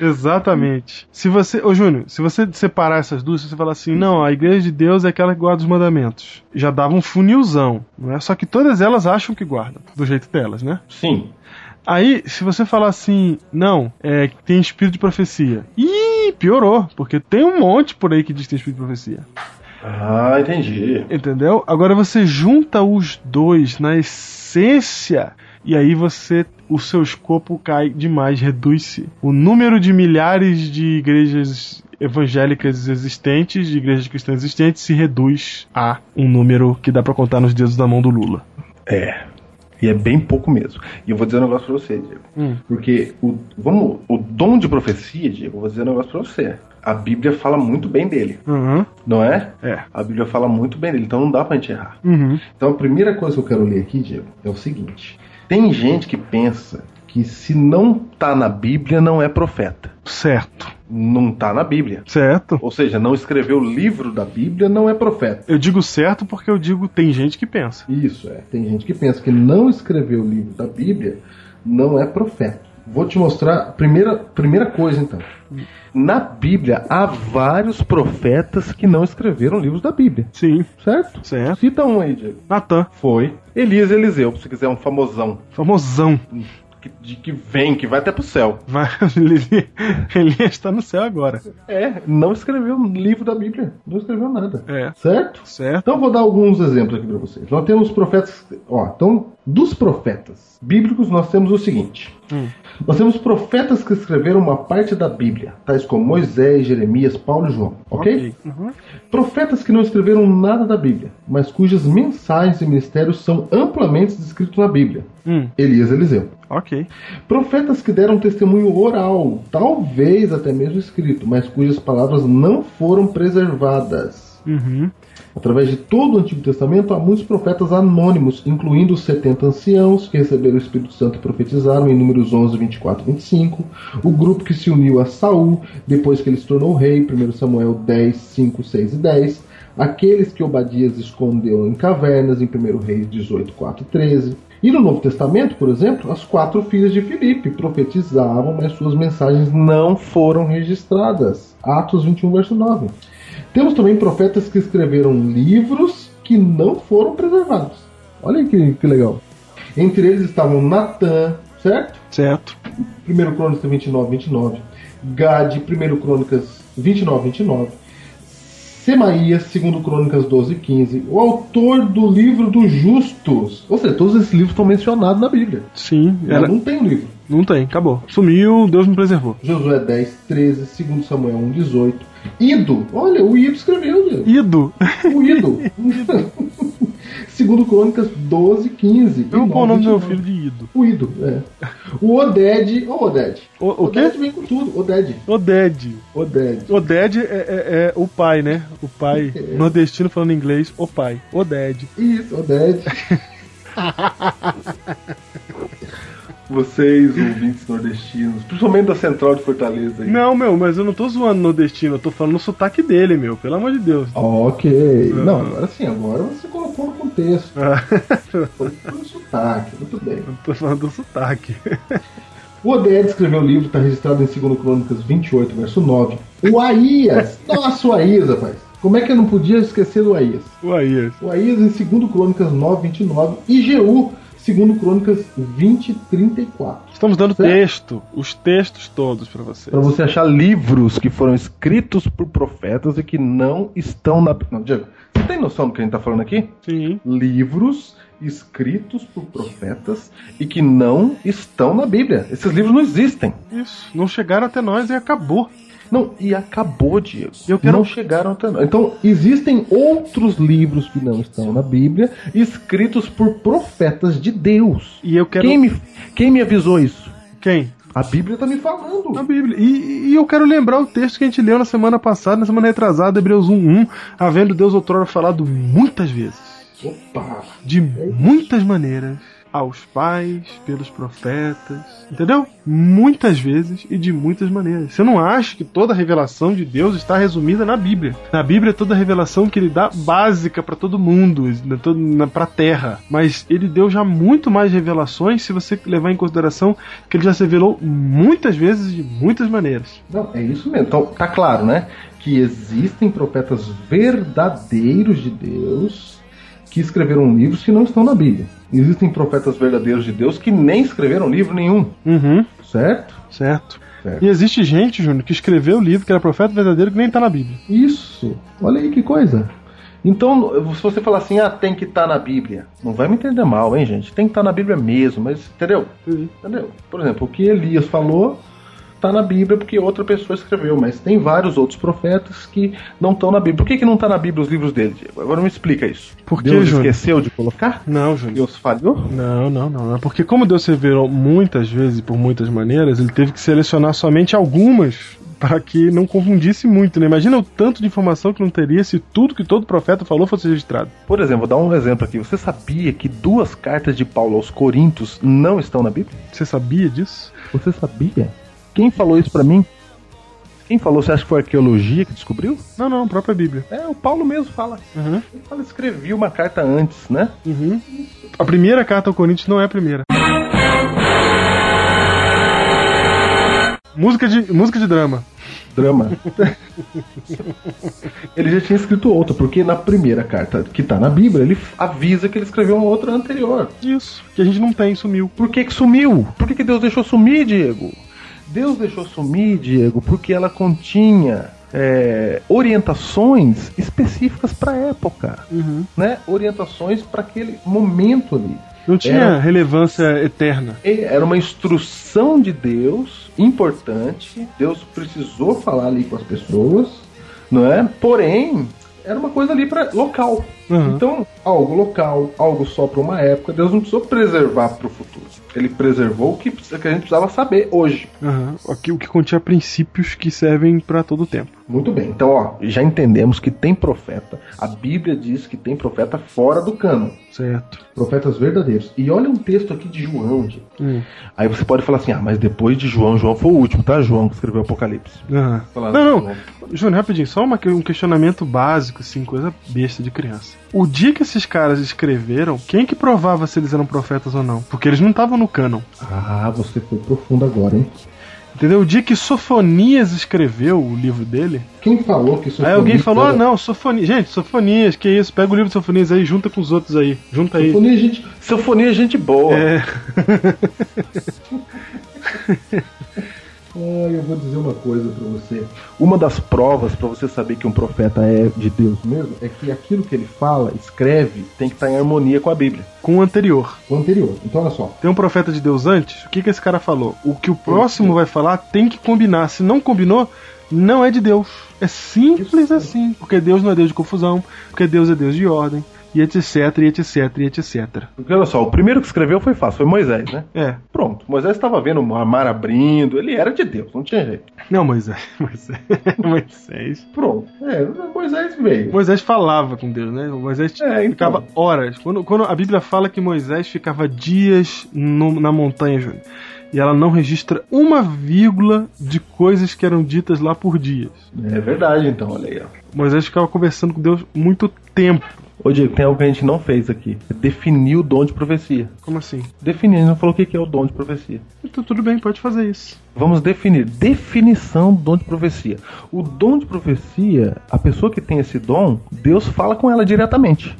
Exatamente. Se você, ô Júnior, se você separar essas duas, você fala assim: não, a igreja de Deus é aquela que guarda os mandamentos. Já dava um funilzão, não é? Só que todas elas acham que guardam, do jeito delas, né? Sim. Aí, se você falar assim, não, é que tem espírito de profecia. Ih, piorou, porque tem um monte por aí que diz que tem espírito de profecia. Ah, entendi. Entendeu? Agora você junta os dois na essência e aí você o seu escopo cai demais, reduz-se. O número de milhares de igrejas evangélicas existentes, de igrejas cristãs existentes, se reduz a um número que dá pra contar nos dedos da mão do Lula. É. E é bem pouco mesmo. E eu vou dizer um negócio pra você, Diego. Hum. Porque o, vamos, o dom de profecia, Diego, eu vou dizer um negócio pra você. A Bíblia fala muito bem dele, Uhum. não é? É. A Bíblia fala muito bem dele, então não dá pra gente errar. Uhum. Então a primeira coisa que eu quero ler aqui, Diego, é o seguinte: tem gente que pensa que se não tá na Bíblia, não é profeta. Certo. Não tá na Bíblia. Certo. Ou seja, não escreveu o livro da Bíblia, não é profeta. Eu digo certo porque eu digo tem gente que pensa. Isso é. Tem gente que pensa que não escrever o livro da Bíblia não é profeta. Vou te mostrar a primeira, primeira coisa então. Na Bíblia há vários profetas que não escreveram livros da Bíblia, Sim. certo? Certo. Cita um aí, Diego. Natan. Foi. Elias Eliseu, se quiser um famosão Famosão. que, de que vem, que vai até pro céu. Vai, ele, ele está no céu agora. É, não escreveu um livro da Bíblia, não escreveu nada. É. Certo? Certo. Então vou dar alguns exemplos aqui para vocês. Nós temos profetas, ó, então dos profetas bíblicos nós temos o seguinte. Hum. Nós temos profetas que escreveram uma parte da Bíblia, tais como Moisés, Jeremias, Paulo e João, ok? Uhum. Profetas que não escreveram nada da Bíblia, mas cujas mensagens e ministérios são amplamente descritos na Bíblia. Hum, Elias e Eliseu. ok. Profetas que deram testemunho oral, talvez até mesmo escrito, mas cujas palavras não foram preservadas. Uhum. Através de todo o Antigo Testamento há muitos profetas anônimos, incluindo os 70 anciãos que receberam o Espírito Santo e profetizaram em números 11, 24 e 25, o grupo que se uniu a Saul depois que ele se tornou rei, 1 Samuel 10, 5, 6 e 10, aqueles que Obadias escondeu em cavernas em 1 Reis 18, 4 e 13. E no Novo Testamento, por exemplo, as quatro filhas de Filipe profetizavam, mas suas mensagens não foram registradas. Atos 21, verso 9. Temos também profetas que escreveram livros que não foram preservados. Olha que, que legal. Entre eles estavam Natan, certo? Certo. 1 Crônicas 29, 29. Gad, 1 Crônicas 29, 29. Semaías, 2 Crônicas 12, 15. O autor do livro dos justos. Ou seja, todos esses livros estão mencionados na Bíblia. Sim, Ela era. não tem livro. Não tem, acabou. Sumiu, Deus me preservou. Josué 10, 13. 2 Samuel 1, 18. Ido. Olha, o Ido escreveu. Deus. Ido. O Ido. 2 segundo Crônicas 12, 15. Eu vou o um nome do meu 29. filho de Ido. O Ido, é. O Oded. Ô, Oded. O, o quê? Oded vem com tudo. Oded. Oded. Oded. Oded é, é- é o pai, né? O pai. Nordestino falando inglês, o pai. Oded. Isso, Oded. Vocês, ouvintes nordestinos, principalmente da central de Fortaleza aí. Não, meu, mas eu não tô zoando nordestino, eu tô falando o sotaque dele, meu. Pelo amor de Deus. Ok. Não, Ah. agora sim, agora você colocou no contexto. Colocou no sotaque, muito bem. Eu tô falando do sotaque. O Oded escreveu o livro, está registrado em 2 Crônicas 28, verso 9. O Aías, nossa, o Aías, rapaz. Como é que eu não podia esquecer do Aías? Uai, O Aías em 2 Crônicas 9, 29 e Jeú, 2 Crônicas 20, 34. estamos dando Certo. texto, os textos todos pra vocês. Pra você achar livros que foram escritos por profetas e que não estão na. Não, Diego, você tem noção do que a gente tá falando aqui? Sim. Livros escritos por profetas e que não estão na Bíblia. Esses livros não existem. Isso. Não chegaram até nós e acabou. Não, e acabou, Diego. Eu quero- Não chegaram até nós. Então, existem outros livros que não estão na Bíblia, escritos por profetas de Deus. E eu quero. Quem, me, quem me avisou isso? Quem? A Bíblia tá me Na falando. Bíblia. E, e eu quero lembrar o texto que a gente leu na semana passada, na semana retrasada, Hebreus 1.1, havendo Deus outrora falado muitas vezes, Opa! de muitas maneiras, aos pais, pelos profetas, entendeu? Muitas vezes e de muitas maneiras. Você não acha que toda a revelação de Deus está resumida na Bíblia? Na Bíblia é toda a revelação que ele dá básica para todo mundo, na todo- na- pra terra. Mas ele deu já muito mais revelações se você levar em consideração que ele já se revelou muitas vezes e de muitas maneiras. Não, é isso mesmo. Então, tá claro, né? Que existem profetas verdadeiros de Deus que escreveram livros que não estão na Bíblia. Existem profetas verdadeiros de Deus que nem escreveram livro nenhum, Uhum. certo? Certo. Certo. E existe gente, Júnior, que escreveu o livro que era profeta verdadeiro que nem tá na Bíblia. Isso. Olha aí que coisa. Então, se você falar assim, ah, tem que estar na Bíblia, não vai me entender mal, hein, gente? Tem que estar na Bíblia mesmo, mas entendeu? Uhum. Entendeu? Por exemplo, o que Elias falou tá na Bíblia porque outra pessoa escreveu, mas tem vários outros profetas que não estão na Bíblia. Por que, que não tá na Bíblia os livros dele, Diego? Agora me explica isso. Por que, Deus Júnior? esqueceu de colocar? Não, Júnior. Deus falhou? Não, não, não. É porque como Deus se revelou muitas vezes e por muitas maneiras, ele teve que selecionar somente algumas para que não confundisse muito, né? Imagina o tanto de informação que não teria se tudo que todo profeta falou fosse registrado. Por exemplo, vou dar um exemplo aqui. Você sabia que duas cartas de Paulo aos Coríntios não estão na Bíblia? Você sabia disso? Você sabia? Quem falou isso pra mim? Quem falou? Você acha que foi a arqueologia que descobriu? Não, não, a própria Bíblia. É, o Paulo mesmo fala. Uhum. Ele fala, escrevi uma carta antes, né? Uhum. A primeira carta ao Corinthians não é a primeira. Música de, música de drama. Drama. ele já tinha escrito outra, porque na primeira carta que tá na Bíblia, ele f- avisa que ele escreveu uma outra anterior. Isso. Que a gente não tem, sumiu. Por que, que sumiu? Por que, que Deus deixou sumir, Diego? Deus deixou sumir, Diego, porque ela continha é, orientações específicas para a época, né? Orientações para aquele momento ali. Não tinha Era- relevância eterna. E Era uma instrução de Deus importante. Deus precisou falar ali com as pessoas, não é? Porém, era uma coisa ali para local. Uhum. Então, algo local, algo só para uma época. Deus não precisou preservar para o futuro. Ele preservou o que, precisa- que a gente precisava saber hoje. Aham. Aqui o que continha princípios que servem pra todo o tempo. Muito bem. Então, ó, já entendemos que tem profeta. A Bíblia diz que tem profeta fora do cano. Certo. Profetas verdadeiros. E olha um texto aqui de João, gente. Hum. Aí você pode falar assim, ah, mas depois de João, João foi o último, tá? João que escreveu Apocalipse. Aham. Falar Não, do não. Júnior, rapidinho, só uma que- um questionamento básico, assim, coisa besta de criança. O dia que esses caras escreveram, quem que provava se eles eram profetas ou não? Porque eles não estavam no cânon. Ah, você foi profundo agora, hein? Entendeu? O dia que Sofonias escreveu o livro dele, Quem falou que isso aí alguém falou: ah, não, Sofonias. Gente, Sofonias, que isso? Pega o livro de Sofonias aí, junta com os outros aí. Junta aí. Quando a gente Sinfonia é gente boa. É. Ah, eu vou dizer uma coisa pra você. Uma das provas pra você saber que um profeta é de Deus mesmo é que aquilo que ele fala, escreve, tem que estar em harmonia com a Bíblia. Com o anterior. O anterior. Então, olha só. Tem um profeta de Deus antes? O que, que esse cara falou? O que o próximo vai falar tem que combinar. Se não combinou, não é de Deus. É simples assim. Porque Deus não é Deus de confusão. Porque Deus é Deus de ordem. e etc, e etc, e etc. Porque olha só, o primeiro que escreveu foi fácil, foi Moisés, né? É. Pronto, Moisés estava vendo o mar abrindo, ele era de Deus, não tinha jeito. Não, Moisés. Moisés. Moisés. Pronto, é, Moisés veio. Moisés falava com Deus, né? O Moisés É, então. ficava horas. Quando, quando a Bíblia fala que Moisés ficava dias no- na montanha, Júnior, e ela não registra uma vírgula de coisas que eram ditas lá por dias. É verdade, então, olha aí, ó. Moisés ficava conversando com Deus muito tempo. Ô Diego, tem algo que a gente não fez aqui. É definir o dom de profecia. Como assim? Definir, a gente não falou o que que é o dom de profecia. Tu- Tudo bem, pode fazer isso. Vamos definir. Definição do dom de profecia. O dom de profecia, a pessoa que tem esse dom, Deus fala com ela diretamente.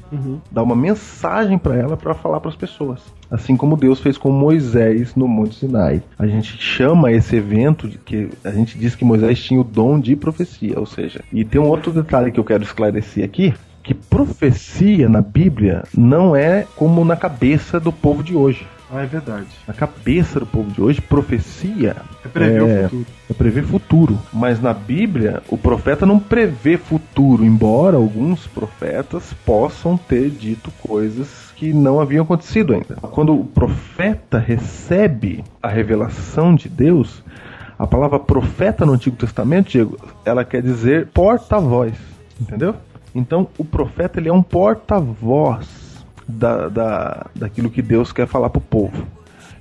Dá uma mensagem para ela para falar para as pessoas. Assim como Deus fez com Moisés no Monte Sinai. A gente chama esse evento de que a gente diz que Moisés tinha o dom de profecia, ou seja, e tem um outro detalhe que eu quero esclarecer aqui, que profecia na Bíblia não é como na cabeça do povo de hoje. Ah, é verdade. Na cabeça do povo de hoje, profecia É prever É. o futuro. é prever futuro. Mas na Bíblia, o profeta não prevê futuro, embora alguns profetas possam ter dito coisas que não haviam acontecido ainda. Quando o profeta recebe a revelação de Deus, a palavra profeta no Antigo Testamento, Diego, ela quer dizer porta-voz, entendeu? Então, o profeta ele é um porta-voz da, da, daquilo que Deus quer falar para o povo.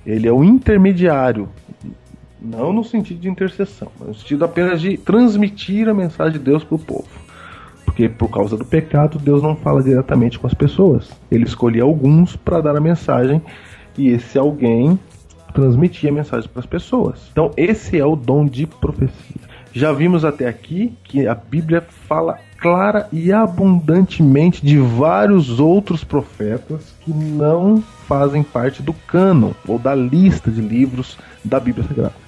Ele é o intermediário não no sentido de intercessão, mas no sentido apenas de transmitir a mensagem de Deus para o povo. Porque por causa do pecado, Deus não fala diretamente com as pessoas. Ele escolhia alguns para dar a mensagem e esse alguém transmitia a mensagem para as pessoas. Então, esse é o dom de profecia. Já vimos até aqui que a Bíblia fala clara e abundantemente de vários outros profetas que não fazem parte do cânon ou da lista de livros da Bíblia Sagrada.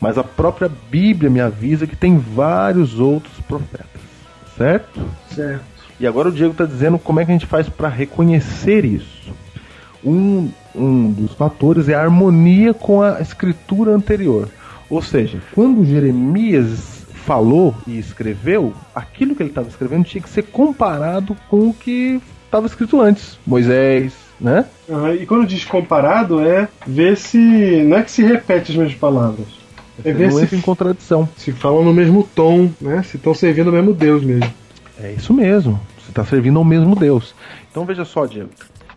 Mas a própria Bíblia me avisa que tem vários outros profetas, certo? Certo. E agora o Diego está dizendo como é que a gente faz para reconhecer isso. Um, um dos fatores é a harmonia com a escritura anterior. Ou seja, quando Jeremias falou e escreveu, aquilo que ele estava escrevendo tinha que ser comparado com o que estava escrito antes. Moisés, né? Aham, Ah, E quando diz comparado, é ver se. Não é que se repete as mesmas palavras. É ver Não se, entra em contradição. se falam no mesmo tom, né? Se estão servindo o mesmo Deus mesmo. É isso mesmo. Você está servindo ao mesmo Deus. Então veja só, Diego.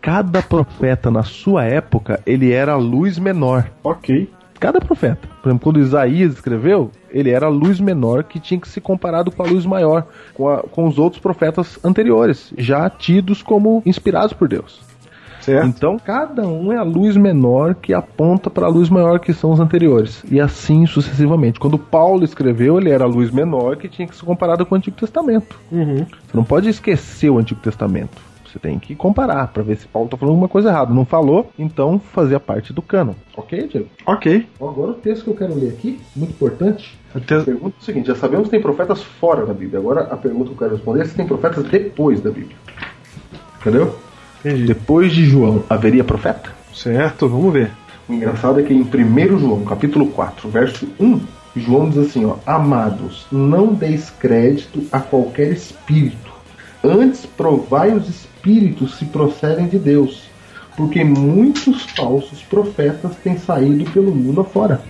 Cada profeta na sua época, ele era a luz menor. Ok. Cada profeta. Por exemplo, quando Isaías escreveu, ele era a luz menor que tinha que ser comparado com a luz maior, com, a- com os outros profetas anteriores, já tidos como inspirados por Deus. Certo? Então, cada um é a luz menor que aponta para a luz maior que são os anteriores. E assim sucessivamente. Quando Paulo escreveu, ele era a luz menor que tinha que ser comparada com o Antigo Testamento. Uhum. Você não pode esquecer o Antigo Testamento. Você tem que comparar para ver se Paulo está falando alguma coisa errada. Não falou, então fazia parte do cânon. Ok, Diego? Ok. Agora o texto que eu quero ler aqui, muito importante. Até- A pergunta é o seguinte: já sabemos que tem profetas fora da Bíblia. Agora a pergunta que eu quero responder é se tem profetas depois da Bíblia. Entendeu? Entendi. Depois de João, haveria profeta? Certo, vamos ver. O engraçado é que em 1 João, capítulo 4, verso 1, João diz assim, ó: "Amados, não deis crédito a qualquer espírito. Antes provai os espíritos se procedem de Deus, porque muitos falsos profetas têm saído pelo mundo afora."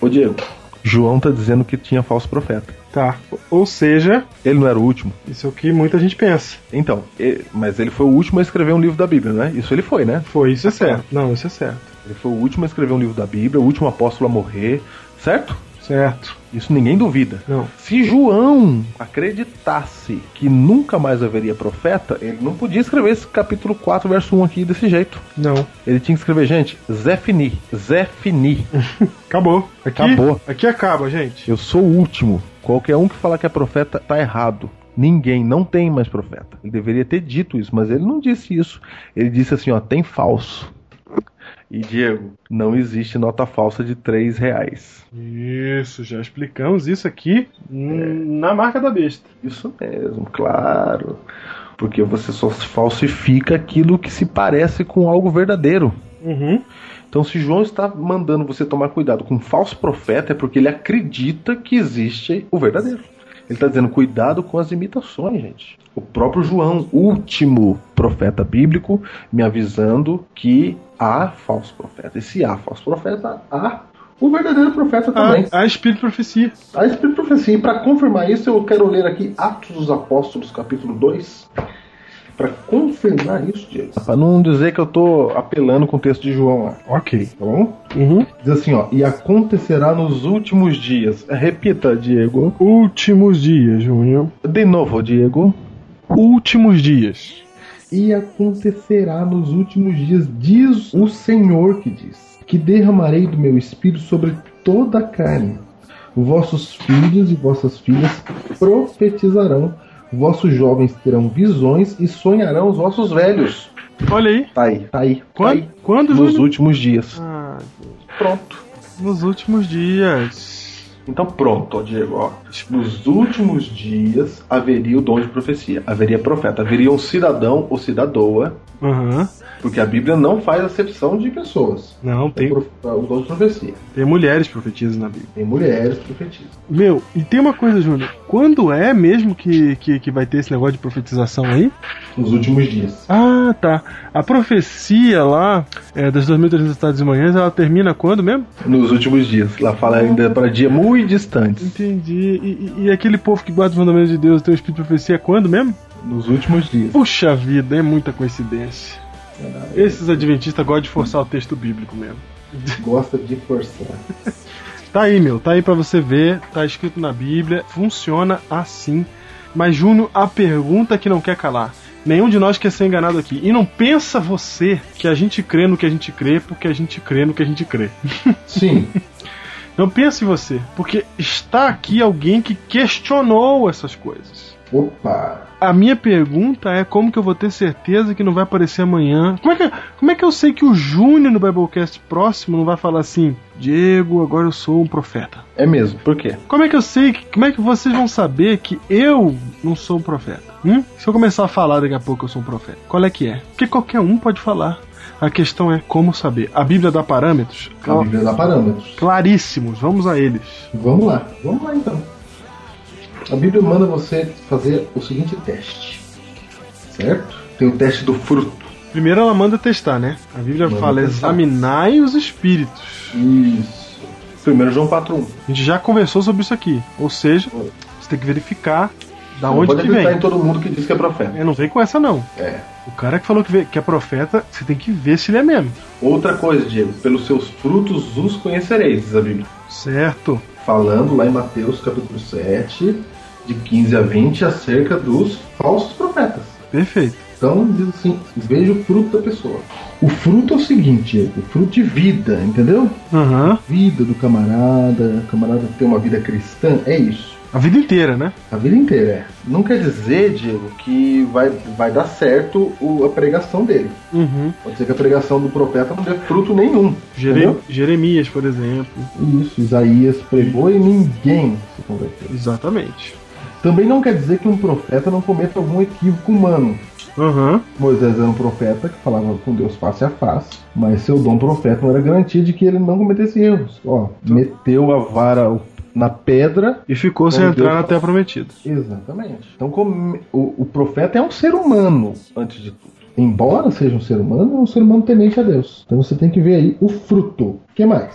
Ô Diego, João tá dizendo que tinha falso profeta. Tá. Ou seja, Ele não era o último. isso é o que muita gente pensa. Então, e- mas ele foi o último a escrever um livro da Bíblia, né? Isso ele foi, né? Foi, isso é certo. Não, isso é certo. Ele foi o último a escrever um livro da Bíblia, o último apóstolo a morrer, certo? Certo. Isso ninguém duvida. Não. Se João acreditasse que nunca mais haveria profeta, ele não podia escrever esse capítulo 4, verso 1 aqui desse jeito. Não. Ele tinha que escrever, gente, Zé Fini, Zé Fini, Acabou. Aqui, Acabou. Aqui acaba, gente. eu sou o último. Qualquer um que falar que é profeta tá errado. Ninguém, não tem mais profeta. Ele deveria ter dito isso, mas ele não disse isso. Ele disse assim, ó, tem falso. E Diego, não existe nota falsa de 3 reais. Isso, já explicamos isso aqui na marca da besta. Isso mesmo, claro. Porque você só falsifica aquilo que se parece com algo verdadeiro. Uhum. Então, se João está mandando você tomar cuidado com um falso profeta, é porque ele acredita que existe o verdadeiro. Ele está dizendo: cuidado com as imitações, gente. O próprio João, último profeta bíblico, me avisando que há falso profeta. E se há falso profeta, há o verdadeiro profeta também. A, a espírito profecia. A Espírito Profecia, e para assim, confirmar isso, eu quero ler aqui Atos dos Apóstolos, capítulo 2. Para confirmar isso, Diego. Para não dizer que eu tô apelando com o texto de João lá. Ok, tá bom? Diz assim, ó. E acontecerá nos últimos dias. Repita, Diego. Últimos dias, Júnior. De novo, Diego. Últimos dias. E acontecerá nos últimos dias, diz o Senhor que diz, que derramarei do meu espírito sobre toda a carne. Vossos filhos e vossas filhas profetizarão, vossos jovens terão visões e sonharão os vossos velhos. Olha aí. Tá aí, tá aí. Tá aí. Quando? Quando, Nos Júnior? últimos dias. Ah, Pronto. nos últimos dias. Então pronto, ó, Diego. Ó. Nos últimos dias haveria o dom de profecia, haveria profeta, haveria um cidadão ou cidadoa, Aham. porque a Bíblia não faz acepção de pessoas. Não, tem, Tem É prof- o dom de profecia. tem mulheres profetizas na Bíblia. Tem mulheres profetizas. Meu, e tem uma coisa, Júnior. Quando é mesmo que, que, que vai ter esse negócio de profetização aí? Nos últimos dias. Ah, tá. A profecia lá é, das 2.300 tardes e manhãs, ela termina quando mesmo? Nos últimos dias. Lá fala ainda para dia muito distante. Entendi. E, e- e aquele povo que guarda os mandamentos de Deus tem o espírito de profecia é quando mesmo? Nos últimos dias. Puxa vida, é muita coincidência. Esses adventistas gostam de forçar o texto bíblico mesmo. Gosta de forçar. Tá aí, meu, tá aí pra você ver, tá escrito na Bíblia, funciona assim. Mas, Júnior, a pergunta que não quer calar. Nenhum de nós quer ser enganado aqui. E não pensa você que a gente crê no que a gente crê, porque a gente crê no que a gente crê. Sim. Não pense você, porque está aqui alguém que questionou essas coisas. Opa. A minha pergunta é como que eu vou ter certeza que não vai aparecer amanhã? Como é que, como é que eu sei que o Júnior no Biblecast próximo não vai falar assim, Diego, agora eu sou um profeta? É mesmo. Por quê? Como é que eu sei? que- Como é que vocês vão saber que eu não sou um profeta? Hum? Se eu começar a falar daqui a pouco que eu sou um profeta, qual é que é? Porque qualquer um pode falar. A questão é como saber. A Bíblia dá parâmetros? A Bíblia dá parâmetros. Claríssimos, vamos a eles. Vamos lá, vamos lá então. A Bíblia manda você fazer o seguinte teste, certo? Tem o teste do fruto. Primeiro ela manda testar, né? A Bíblia Manda fala: testar. examinai os espíritos. Isso. Primeiro João 4.1. A gente já conversou sobre isso aqui. Ou seja, você tem que verificar da Não onde pode que acreditar vem. em todo mundo que diz que é profeta. É, não vem com essa, não. É. O cara que falou que, vê- que é profeta, você tem que ver se ele é mesmo. Outra coisa, Diego, pelos seus frutos os conhecereis, diz a Bíblia. Certo? Falando lá em Mateus capítulo 7, de 15 a 20, acerca dos falsos profetas. Perfeito. Então, diz assim, veja o fruto da pessoa. O fruto é o seguinte, Diego, o fruto de vida, entendeu? Aham. vida do camarada, o camarada ter uma vida cristã, é isso. A vida inteira, né? A vida inteira é. Não quer dizer, Diego, que vai, vai dar certo o- a pregação dele. Uhum. Pode ser que a pregação do profeta não dê fruto nenhum. entendeu? Jeremias, por exemplo. Isso, Isaías pregou e ninguém se converteu. Exatamente. Também não quer dizer que um profeta não cometa algum equívoco humano. Aham. Moisés era um profeta que falava com Deus face a face, mas seu dom profeta não era garantia de que ele não cometesse erros. Ó, meteu a vara na pedra E ficou sem Como entrar Deus na Terra Prometida. Exatamente. Então, como o, o profeta é um ser humano, antes de tudo. Embora seja um ser humano, é um ser humano temente a Deus. Então você tem que ver aí o fruto. O que mais?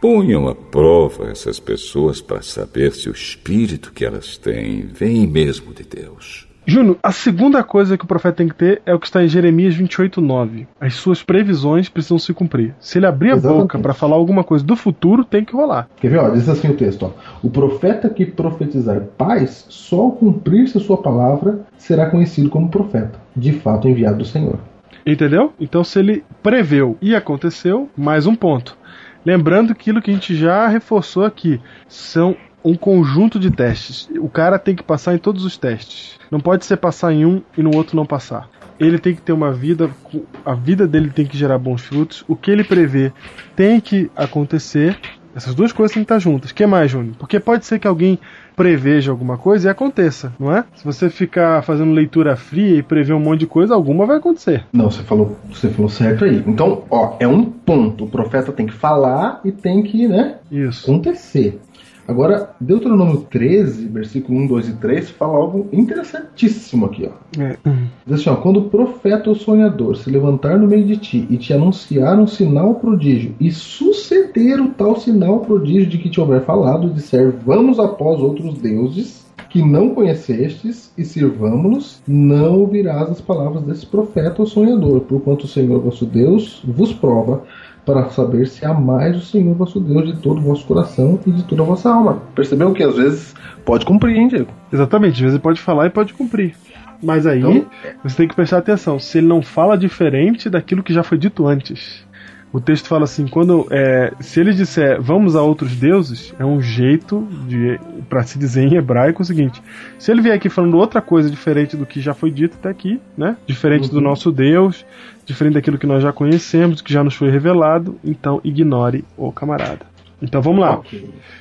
Ponham à prova essas pessoas para saber se o espírito que elas têm vem mesmo de Deus. Juno, a segunda coisa que o profeta tem que ter é o que está em Jeremias 28:9. As suas previsões precisam se cumprir. Se ele abrir a Exatamente. boca para falar alguma coisa do futuro, tem que rolar. Quer ver? Ó, diz assim o texto: ó. O profeta que profetizar paz, só ao cumprir-se a sua palavra, será conhecido como profeta, de fato enviado do Senhor. Entendeu? Então, se ele preveu e aconteceu, mais um ponto. Lembrando aquilo que a gente já reforçou aqui: são um conjunto de testes. O cara tem que passar em todos os testes. Não pode ser passar em um e no outro não passar. Ele tem que ter uma vida, com- a vida dele tem que gerar bons frutos. O que ele prevê tem que acontecer. Essas duas coisas têm que estar juntas. O que mais, Júnior? Porque pode ser que alguém preveja alguma coisa e aconteça, não é? Se você ficar fazendo leitura fria e prever um monte de coisa, alguma vai acontecer. Não, você falou, você falou certo aí. Então, ó, é um ponto. O profeta tem que falar e tem que, né, Isso. acontecer. Agora, Deuteronômio 13, versículo 1, 2 e 3, fala algo interessantíssimo aqui, ó. É. Diz assim, ó, quando o profeta ou sonhador se levantar no meio de ti e te anunciar um sinal prodígio e suceder o tal sinal prodígio de que te houver falado, e disser, vamos após outros deuses que não conhecestes e sirvamos-los, não ouvirás as palavras desse profeta ou sonhador, porquanto o Senhor vosso Deus vos prova para saber se amais o Senhor vosso Deus de todo o vosso coração e de toda a vossa alma. Percebeu que às vezes pode cumprir, hein, Diego? Exatamente, às vezes ele pode falar e pode cumprir. Mas aí Então- você tem que prestar atenção se ele não fala diferente daquilo que já foi dito antes. O texto fala assim: quando é, se ele disser vamos a outros deuses, é um jeito de para se dizer em hebraico o seguinte: se ele vier aqui falando outra coisa diferente do que já foi dito até aqui, né? Diferente do nosso Deus, diferente daquilo que nós já conhecemos, que já nos foi revelado, então ignore o camarada. Então vamos lá.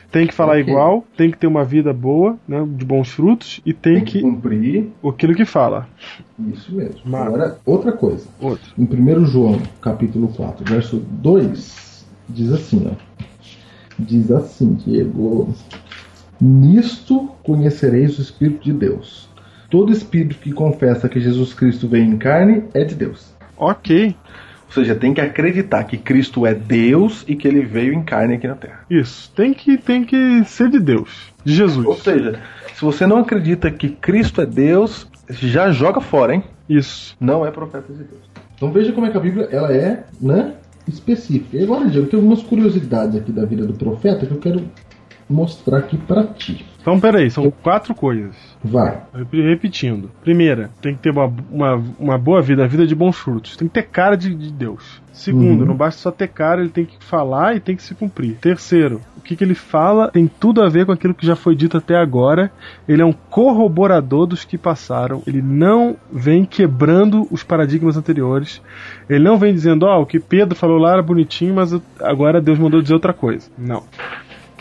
Tem que falar Ok. igual, tem que ter uma vida boa, né, de bons frutos e tem Tem que que cumprir, aquilo que fala. isso mesmo. Mas- Agora, outra coisa. Outro. Em 1 João, capítulo 4, verso 2, diz assim, ó. Diz assim, Diego. Nisto conhecereis o Espírito de Deus. Todo espírito que confessa que Jesus Cristo veio em carne é de Deus. Ok, Ou seja, tem que acreditar que Cristo é Deus e que ele veio em carne aqui na terra. isso. Tem que, tem que ser de Deus, de Ou Jesus. seja, se você não acredita que Cristo é Deus, já joga fora, hein? Isso. não é profeta de Deus. Então veja como é que a Bíblia ela é né, específica. E agora, Diego, tem algumas curiosidades aqui da vida do profeta que eu quero mostrar aqui para ti. Então, peraí, são quatro coisas. Vai. Rep- Repetindo. Primeira, tem que ter uma, uma, uma boa vida, a vida de bons frutos. Tem que ter cara de, de Deus. Segundo, não basta só ter cara, ele tem que falar e tem que se cumprir. Terceiro, o que, que ele fala tem tudo a ver com aquilo que já foi dito até agora. Ele é um corroborador dos que passaram. Ele não vem quebrando os paradigmas anteriores. Ele não vem dizendo, ó, o que Pedro falou lá era bonitinho, mas eu- agora Deus mandou dizer outra coisa. Não.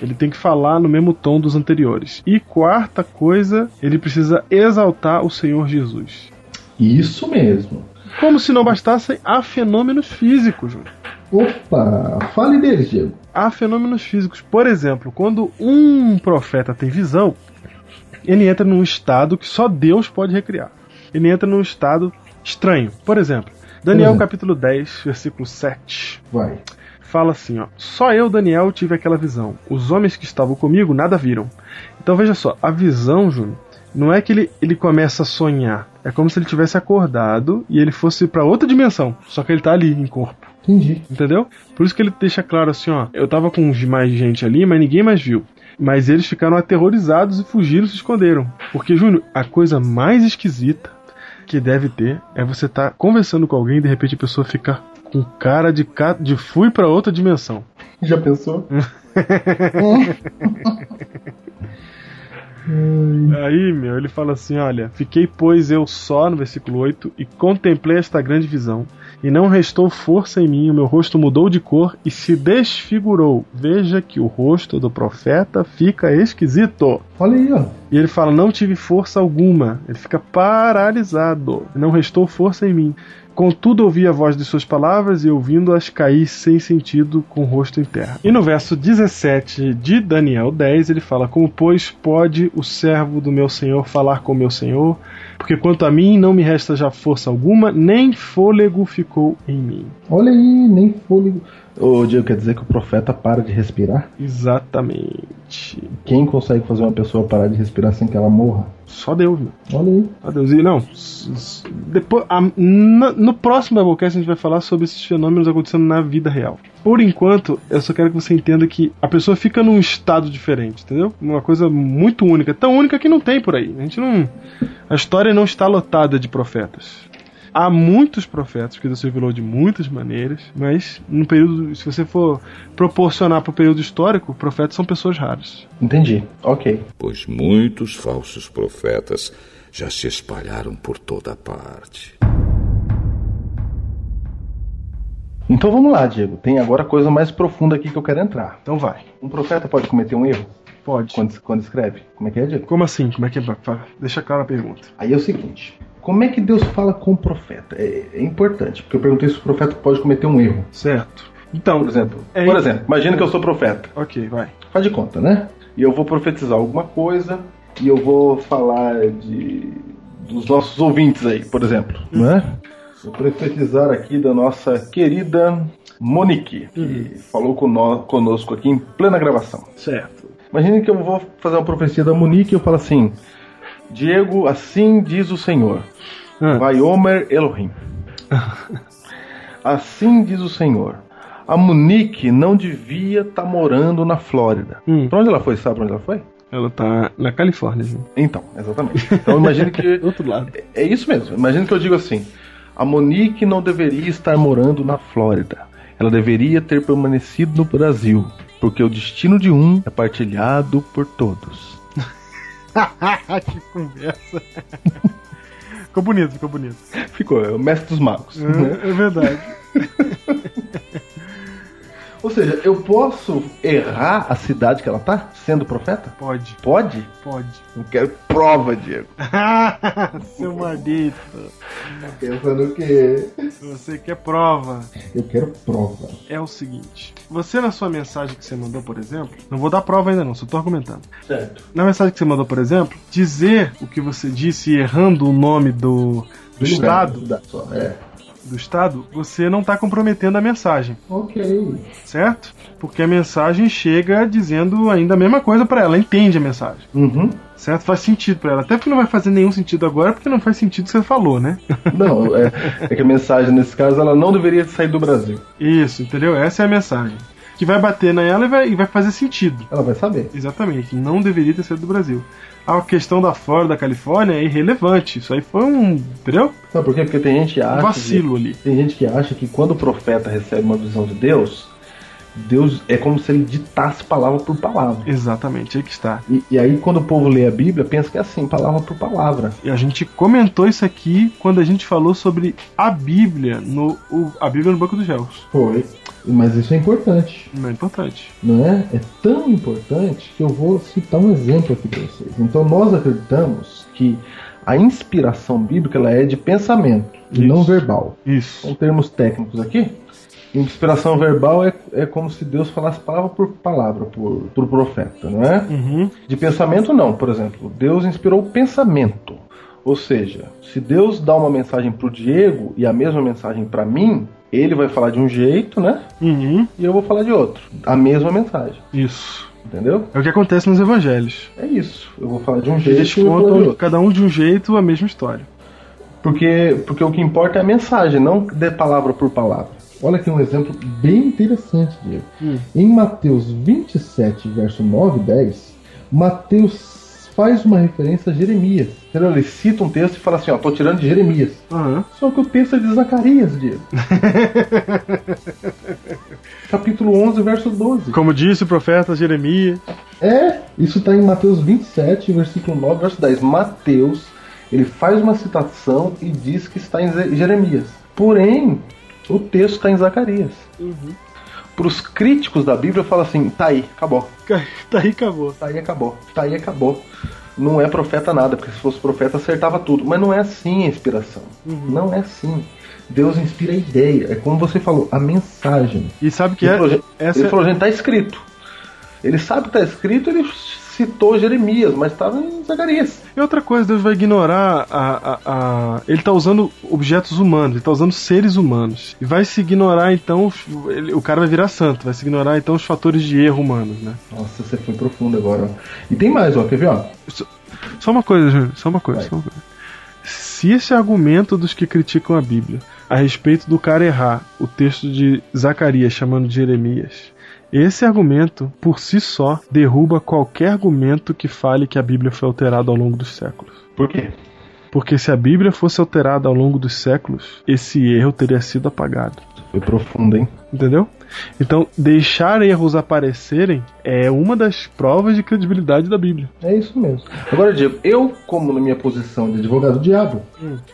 Ele tem que falar no mesmo tom dos anteriores. E quarta coisa, ele precisa exaltar o Senhor Jesus. Isso mesmo. Como se não bastassem, há fenômenos físicos. Júnior. Opa, fale dele, Diego. Há fenômenos físicos. Por exemplo, quando um profeta tem visão, ele entra num estado que só Deus pode recriar. Ele entra num estado estranho. Por exemplo, Daniel Uhum. capítulo 10, versículo 7. Vai. fala assim, ó. Só eu, Daniel, tive aquela visão. Os homens que estavam comigo nada viram. Então veja só, a visão, Júnior, não é que ele, ele começa a sonhar. É como se ele tivesse acordado e ele fosse pra outra dimensão. Só que ele tá ali em corpo. Entendi. Entendeu? Por isso que ele deixa claro assim, ó. Eu tava com os- mais gente ali, mas ninguém mais viu. Mas eles ficaram aterrorizados e fugiram, se esconderam. Porque, Júnior, a coisa mais esquisita que deve ter é você tá conversando com alguém e de repente a pessoa fica com cara de, ca... de fui pra outra dimensão. Já pensou? Aí, meu, ele fala assim: Olha, fiquei, pois, eu só, no versículo 8, e contemplei esta grande visão, e não restou força em mim, o meu rosto mudou de cor e se desfigurou. Veja que o rosto do profeta fica esquisito. Olha aí, ó. E ele fala: Não tive força alguma. Ele fica paralisado. Não restou força em mim. Contudo, ouvi a voz de suas palavras e, ouvindo-as, caí sem sentido com o rosto em terra. E no verso 17 de Daniel 10, ele fala: Como, pois, pode o servo do meu senhor falar com meu senhor? Porque quanto a mim, não me resta já força alguma, nem fôlego ficou em mim. Olha aí, nem fôlego. Ô, Diego, quer dizer que o profeta para de respirar? Exatamente. Quem consegue fazer uma pessoa parar de respirar sem que ela morra? Só Deus, meu. Olha aí. Ah, Deus, e não. s- s- Depois, a- na- no próximo Doublecast a gente vai falar sobre esses fenômenos acontecendo na vida real. Por enquanto, eu só quero que você entenda que a pessoa fica num estado diferente, entendeu? Uma coisa muito única, tão única que não tem por aí. A gente não. A história não está lotada de profetas. Há muitos profetas, porque Deus se revelou de muitas maneiras, mas no período, se você for proporcionar para o período histórico, profetas são pessoas raras. Entendi. Ok. pois muitos falsos profetas já se espalharam por toda parte. Então vamos lá, Diego. Tem agora coisa mais profunda aqui que eu quero entrar. Então vai. Um profeta pode cometer um erro Pode. quando, quando escreve? Como é que é, Diego? Como assim? Como é que é? Deixa clara a pergunta. Aí é o seguinte: como é que Deus fala com o profeta? É, é importante, porque eu perguntei se o profeta pode cometer um erro. Certo. Então, Por exemplo, É, por exemplo, imagina que eu sou profeta. ok, vai. Faz de conta, né? e eu vou profetizar alguma coisa e eu vou falar de dos nossos ouvintes aí, por exemplo, né? Vou profetizar aqui da nossa querida Monique, que falou cono- conosco aqui em plena gravação. Certo. Imagine que eu vou fazer uma profecia da Monique e eu falo assim: Diego, assim diz o Senhor. Ah. Vai Homer Elohim. assim diz o Senhor. A Monique não devia estar morando na Flórida. Hum. Pra onde ela foi? Sabe pra onde ela foi? Ela tá na Califórnia, gente. Então, exatamente. Então imagine que. Do outro lado. É isso mesmo. Imagina que eu digo assim: a Monique não deveria estar morando na Flórida. Ela deveria ter permanecido no Brasil, porque o destino de um é partilhado por todos. Ah, que conversa. ficou bonito, ficou bonito. Ficou, é o mestre dos magos. né? É, é verdade. Ou seja, eu posso errar a cidade que ela tá, sendo profeta? Pode, Pode? pode. Não quero prova, Diego. Seu marido, Tá Pensando que. se você quer prova, Eu quero prova. é o seguinte. Você na sua mensagem que você mandou, por exemplo, não vou dar prova ainda não, só tô argumentando. Certo. Na mensagem que você mandou, por exemplo, dizer o que você disse errando o nome do, do estado, Só, é. do estado, você não tá comprometendo a mensagem. Ok. certo? Porque a mensagem chega dizendo ainda a mesma coisa pra ela, ela entende a mensagem, Uhum. certo? Faz sentido pra ela, até porque não vai fazer nenhum sentido agora, porque não faz sentido o que você falou, né? Não, é, é que a mensagem nesse caso ela não deveria sair do Brasil. Isso, entendeu? Essa é a mensagem. Que vai bater nela e vai, e vai fazer sentido. Ela vai saber. Exatamente, não deveria ter saído do Brasil. A questão da Flórida, da Califórnia é irrelevante. Isso aí foi um, entendeu? Sabe por quê? Porque tem gente que Um acha. vacilo ali. Tem gente que acha que quando o profeta recebe uma visão de Deus, Deus é como se ele ditasse palavra por palavra. Exatamente, aí que está. E, e aí quando o povo lê a Bíblia, pensa que é assim, palavra por palavra. E a gente comentou isso aqui quando a gente falou sobre a Bíblia no o- a Bíblia no Banco dos Réus. Foi. Mas isso é importante, Não é importante. não é? É tão importante que eu vou citar um exemplo aqui para vocês. Então nós acreditamos que a inspiração bíblica ela é de pensamento, e Isso. não verbal. Isso. com termos técnicos aqui, inspiração verbal é, é como se Deus falasse palavra por palavra por, por profeta, não é? Uhum. De pensamento não, por exemplo, Deus inspirou o pensamento. Ou seja, se Deus dá uma mensagem pro Diego e a mesma mensagem para mim, ele vai falar de um jeito, né? Uhum. E eu vou falar de outro. A mesma mensagem, Isso. entendeu? É o que acontece nos evangelhos. É isso. Eu vou falar de um jeito Eles e eu vou falar de contam outro. cada um de um jeito a mesma história. Porque, porque o que importa é a mensagem, não de palavra por palavra. Olha aqui um exemplo bem interessante, Diego. Hum. Em Mateus 27, verso 9 e 10, Mateus faz uma referência a Jeremias. Entendeu? Ele cita um texto e fala assim, ó, tô tirando de Jeremias. Aham. Só que o texto é de Zacarias, Diego. Capítulo 11, verso 12. Como disse o profeta Jeremias. É, isso tá em Mateus 27, versículo 9, verso 10. Mateus, ele faz uma citação e diz que está em Ze- Jeremias. Porém, o texto está em Zacarias. Para os críticos da Bíblia, fala assim, tá aí, acabou. Tá aí, acabou. Tá aí acabou, tá aí acabou. Não é profeta nada, porque se fosse profeta acertava tudo. Mas não é assim a inspiração. Não é assim. Deus inspira a ideia. É como você falou, a mensagem. E sabe que ele, é? falou, gente, Essa ele falou, gente, tá escrito. Ele sabe que tá escrito, ele citou Jeremias, mas estava em Zacarias. E outra coisa, Deus vai ignorar a, a, a- Ele tá usando objetos humanos, ele tá usando seres humanos. E vai se ignorar então. os- ele- o cara vai virar santo, vai se ignorar então os fatores de erro humanos, né? Nossa, você foi profundo agora. ó. E tem mais, ó, quer ver, ó? Só uma coisa, Júnior, só uma coisa, Vai. só uma coisa. Se esse argumento dos que criticam a Bíblia a respeito do cara errar o texto de Zacarias chamando de Jeremias, esse argumento por si só derruba qualquer argumento que fale que a Bíblia foi alterada ao longo dos séculos. Por quê? Porque se a Bíblia fosse alterada ao longo dos séculos, esse erro teria sido apagado. Foi profundo, hein? Entendeu? Então, deixar erros aparecerem é uma das provas de credibilidade da Bíblia. É isso mesmo. Agora, Diego, eu, como na minha posição de advogado do diabo,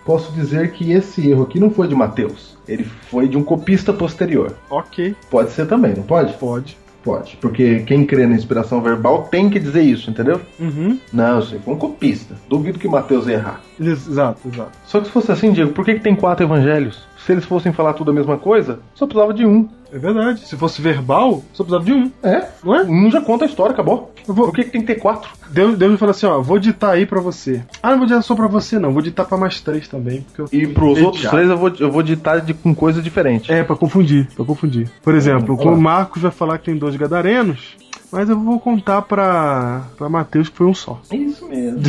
posso dizer que esse erro aqui não foi de Mateus. Ele foi de um copista posterior. Ok, Pode ser também, não pode? pode. Pode. Porque quem crê na inspiração verbal tem que dizer isso, entendeu? Uhum. Não, isso aí foi um copista. Duvido que Mateus ia errar. Ex- Exato, exato. Só que se fosse assim, Diego, por que, que tem quatro evangelhos? Se eles fossem falar tudo a mesma coisa, só precisava de um. É verdade. Se fosse verbal, só precisava de um. É? Não é? Um já conta a história, acabou. Eu vou- Por que, que tem que ter quatro? Deus, Deus me falou assim, ó, vou ditar aí pra você. Ah, não vou ditar só pra você, não. Vou ditar pra mais três também. Porque eu... E pros Ei, outros Thiago. três eu vou, eu vou ditar de, com coisa diferente. É, pra confundir, pra confundir. Por exemplo, Vamos lá. o Marcos vai falar que tem dois gadarenos, mas eu vou contar pra, pra Mateus que foi um só. É isso mesmo.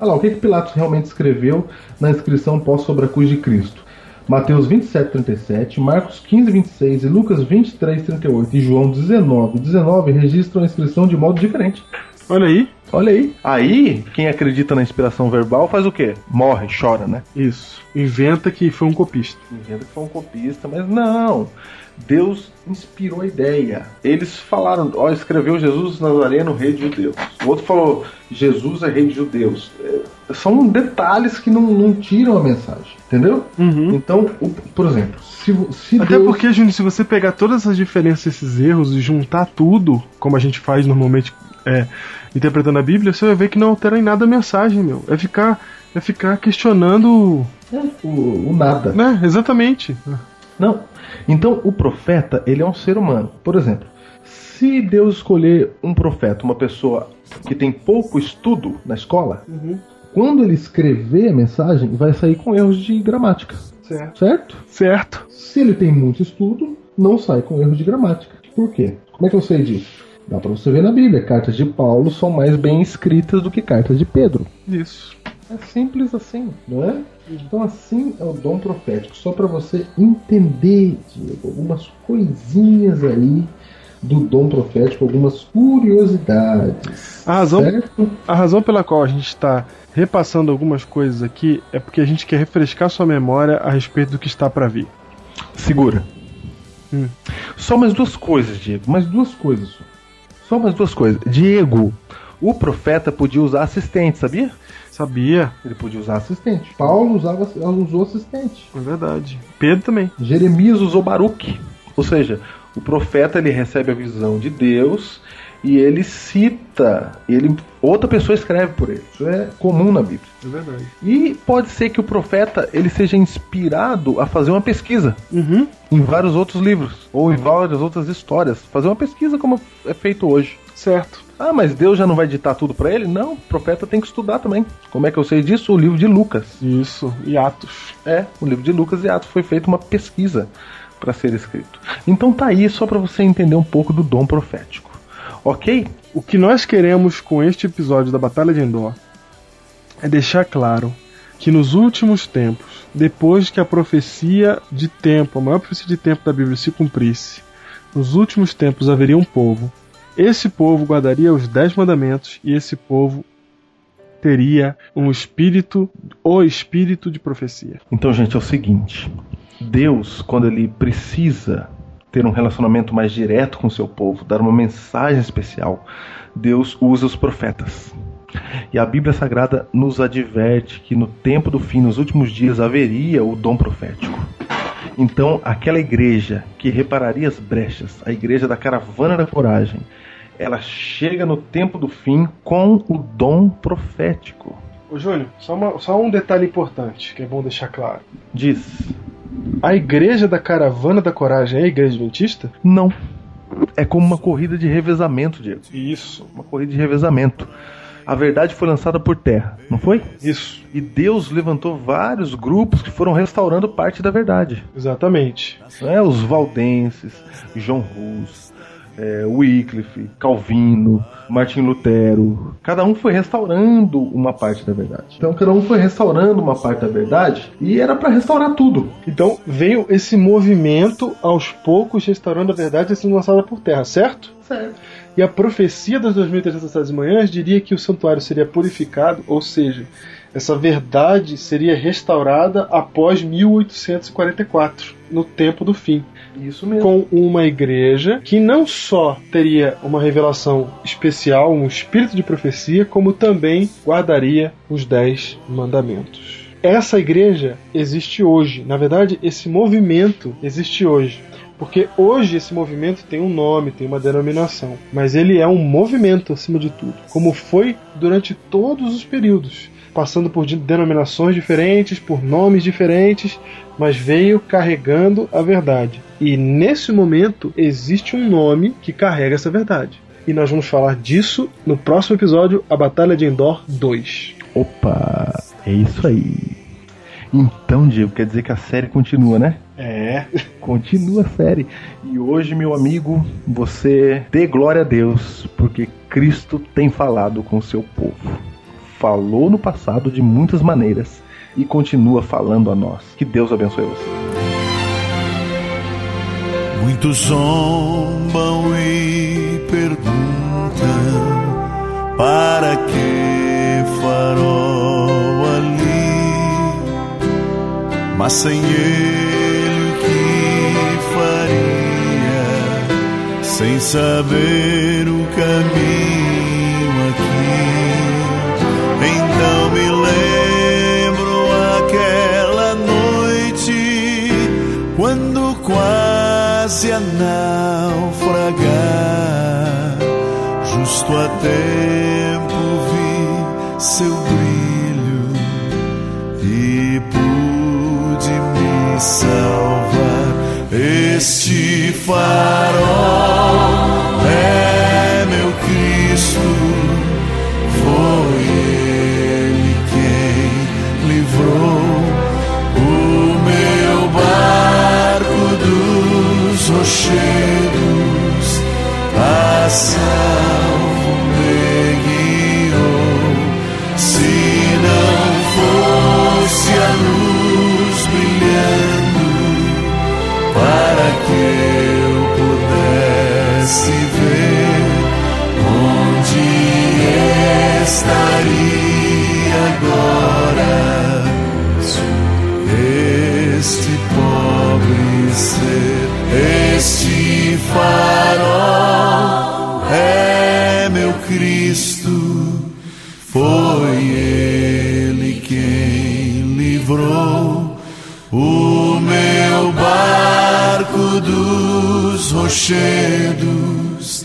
Olha lá, o que, que Pilatos realmente escreveu na inscrição pós sobre a cruz de Cristo? Mateus 27, 37, Marcos 15, 26 e Lucas 23, 38 e João 19, 19 registram a inscrição de modo diferente. Olha aí. Olha aí. Aí, quem acredita na inspiração verbal faz o quê? Morre, chora, né? Isso. Inventa que foi um copista. Inventa que foi um copista, mas não. Deus inspirou a ideia. Eles falaram, ó, escreveu Jesus Nazareno, rei de judeus. O outro falou, Jesus é rei de judeus. É, são detalhes que não, não tiram a mensagem, entendeu? Uhum. Então, o- por exemplo, se, vo- se Até Deus... porque, Júnior, se você pegar todas essas diferenças, esses erros e juntar tudo, como a gente faz normalmente é, interpretando a Bíblia, você vai ver que não altera em nada a mensagem, meu. É ficar, é ficar questionando, O, é o nada. né? Exatamente. Não. Então, o profeta, ele é um ser humano. Por exemplo, se Deus escolher um profeta, uma pessoa que tem pouco estudo na escola, quando ele escrever a mensagem, vai sair com erros de gramática, Certo. certo? Certo. Se ele tem muito estudo, não sai com erros de gramática. Por quê? Como é que eu sei disso? Dá pra você ver na Bíblia, cartas de Paulo são mais bem escritas do que cartas de Pedro. Isso. É simples assim, não é? Então assim é o dom profético, só para você entender Diego, algumas coisinhas aí do dom profético, algumas curiosidades. A razão Certo? A razão pela qual a gente está repassando algumas coisas aqui é porque a gente quer refrescar sua memória a respeito do que está para vir. Segura. Hum. Só mais duas coisas, Diego. Mais duas coisas. só. Só mais duas coisas. Diego, o profeta podia usar assistente, sabia? Sabia? Ele podia usar assistente. Paulo usava, usou assistente. É verdade. Pedro também. Jeremias usou Baruque. Ou seja, o profeta ele recebe a visão de Deus e ele cita, ele outra pessoa escreve por ele. Isso é comum na Bíblia. É verdade. E pode ser que o profeta ele seja inspirado a fazer uma pesquisa Uhum. em vários outros livros ou em várias outras histórias, fazer uma pesquisa como é feito hoje. Certo. Ah, mas Deus já não vai ditar tudo para ele? Não, o profeta tem que estudar também. Como é que eu sei disso? O livro de Lucas. Isso. E Atos. É, o livro de Lucas e Atos foi feita uma pesquisa para ser escrito. Então tá aí só para você entender um pouco do dom profético. Ok? O que nós queremos com este episódio da Batalha de Endor é deixar claro que nos últimos tempos, depois que a profecia de tempo, a maior profecia de tempo da Bíblia se cumprisse, nos últimos tempos haveria um povo. Esse povo guardaria os dez mandamentos e esse povo teria um espírito, o espírito de profecia. Então, gente, é o seguinte: Deus, quando ele precisa ter um relacionamento mais direto com o seu povo, dar uma mensagem especial, Deus usa os profetas. E a Bíblia Sagrada nos adverte que no tempo do fim, nos últimos dias, haveria o dom profético. Então, aquela igreja que repararia as brechas, a igreja da caravana da coragem, ela chega no tempo do fim com o dom profético. Ô Júnior, só, uma- só um detalhe importante que é bom deixar claro. Diz: A igreja da caravana da coragem é a igreja adventista? Não. É como uma corrida de revezamento, Diego. Isso. Uma corrida de revezamento. A verdade foi lançada por terra, não foi? Isso. E Deus levantou vários grupos que foram restaurando parte da verdade. Exatamente. Não é? Os Valdenses, John Hus, é, Wycliffe, Calvino, Martin Lutero. Cada um foi restaurando uma parte da verdade. Então cada um foi restaurando uma parte da verdade e era para restaurar tudo. Então veio esse movimento aos poucos restaurando a verdade e sendo lançada por terra, certo? Certo. E a profecia das 2300 manhãs diria que o santuário seria purificado, ou seja, essa verdade seria restaurada após 1844, no tempo do fim, Isso mesmo. com uma igreja que não só teria uma revelação especial, um espírito de profecia, como também guardaria os dez mandamentos. Essa igreja existe hoje. Na verdade, esse movimento existe hoje. Porque hoje esse movimento tem um nome, tem uma denominação, mas ele é um movimento acima de tudo, como foi durante todos os períodos. passando por de- denominações diferentes, por nomes diferentes, mas veio carregando a verdade. E nesse momento existe um nome que carrega essa verdade. E nós vamos falar disso no próximo episódio, A Batalha de Endor 2. Opa, é isso aí. Então, Diego, quer dizer que a série continua, né? É. Continua a série. E hoje, meu amigo, você dê glória a Deus, porque Cristo tem falado com o seu povo. Falou no passado de muitas maneiras e continua falando a nós. Que Deus abençoe você. Muitos zombam e perguntam para que farol ali, mas sem ele o que faria, sem saber o caminho aqui. Então me lembro aquela noite quando quase a naufragar, justo a tempo vi seu brilho e pude me salvar. Este farol é meu Cristo. Foi ele quem livrou o meu barco dos rochedos, a salvo me guiou. Se não fosse a luz brilhando, para que eu pudesse ver onde estaria agora se este pobre ser, este farol é meu Cristo, foi ele quem livrou o meu barco dos rochedos,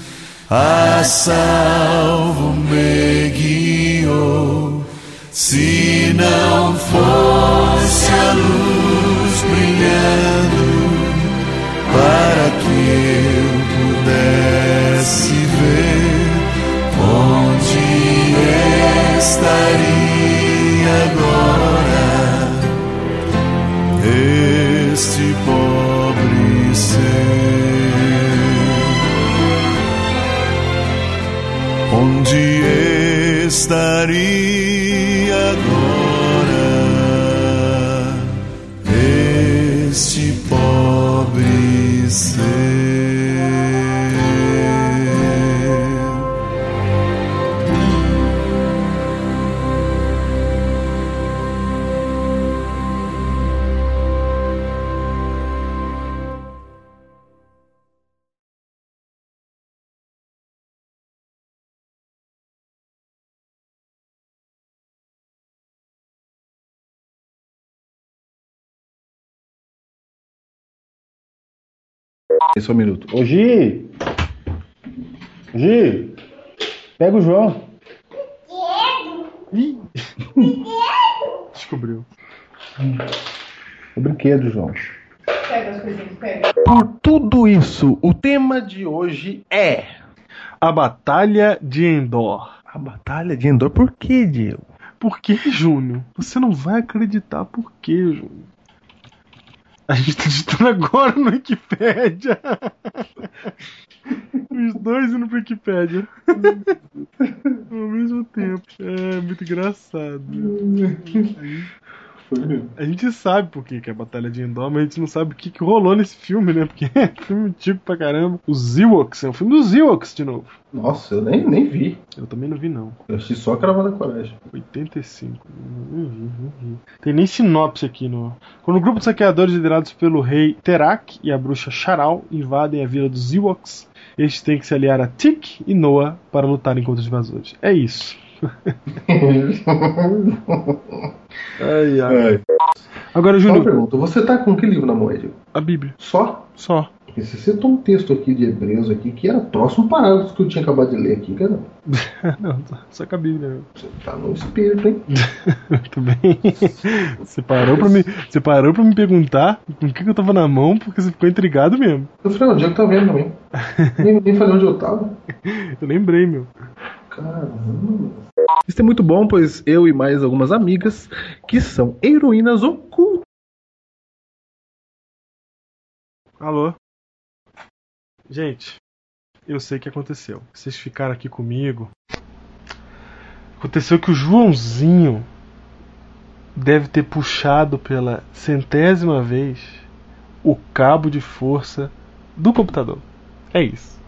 a salvo me guiou. Se não fosse a luz brilhando, para que eu pudesse ver onde estaria agora este pobre ser onde estaria agora este pobre ser? Esse é o minuto. Ô, Gi! Gi! Pega o João. Ih. Descobriu. O brinquedo, João. Pega as coisinhas, pega. Por tudo isso, o tema de hoje é A Batalha de Endor. a Batalha de Endor. Por que, Diego? Por que, Júnior? Você não vai acreditar por que, Júnior. A gente tá digitando agora no Wikipédia. Os dois indo pro Wikipédia. Ao mesmo tempo. É muito engraçado. A gente sabe por que, que é a Batalha de Endor, mas a gente não sabe o que, que rolou nesse filme, né? Porque é filme antigo pra caramba. Os Ewoks, é um filme dos Ewoks de novo. Nossa, eu nem, nem vi. Eu também não vi, não. Eu assisti só a Caravana da Coragem. 85. Não vi, não vi. Uhum, Tem nem sinopse aqui no. Quando o grupo de saqueadores liderados pelo rei Terak e a bruxa Charal invadem a vila dos Ewoks, eles têm que se aliar a Tik e Noah para lutarem contra os invasores. É isso. ai, ai. Agora, Só uma Júnior, Então pergunta, você tá com que livro na mão, Diego? a Bíblia. Só? Só. Porque você citou um texto aqui de Hebreus aqui que era próximo um parágrafo que eu tinha acabado de ler aqui, cara. Não, só com a Bíblia. mesmo. Você tá no espírito, hein? Muito bem. Você parou, pra me, você parou pra me perguntar com o que, que eu tava na mão, porque você ficou intrigado mesmo. Eu falei, onde é que tá vendo, hein? Nem, nem falei onde eu tava. Eu lembrei, meu. Caramba. Isso é muito bom, pois eu e mais algumas amigas que são heroínas ocultas. Alô? Gente, eu sei o que aconteceu. Vocês ficaram aqui comigo. Aconteceu que o Joãozinho deve ter puxado pela centésima vez o cabo de força do computador. É isso.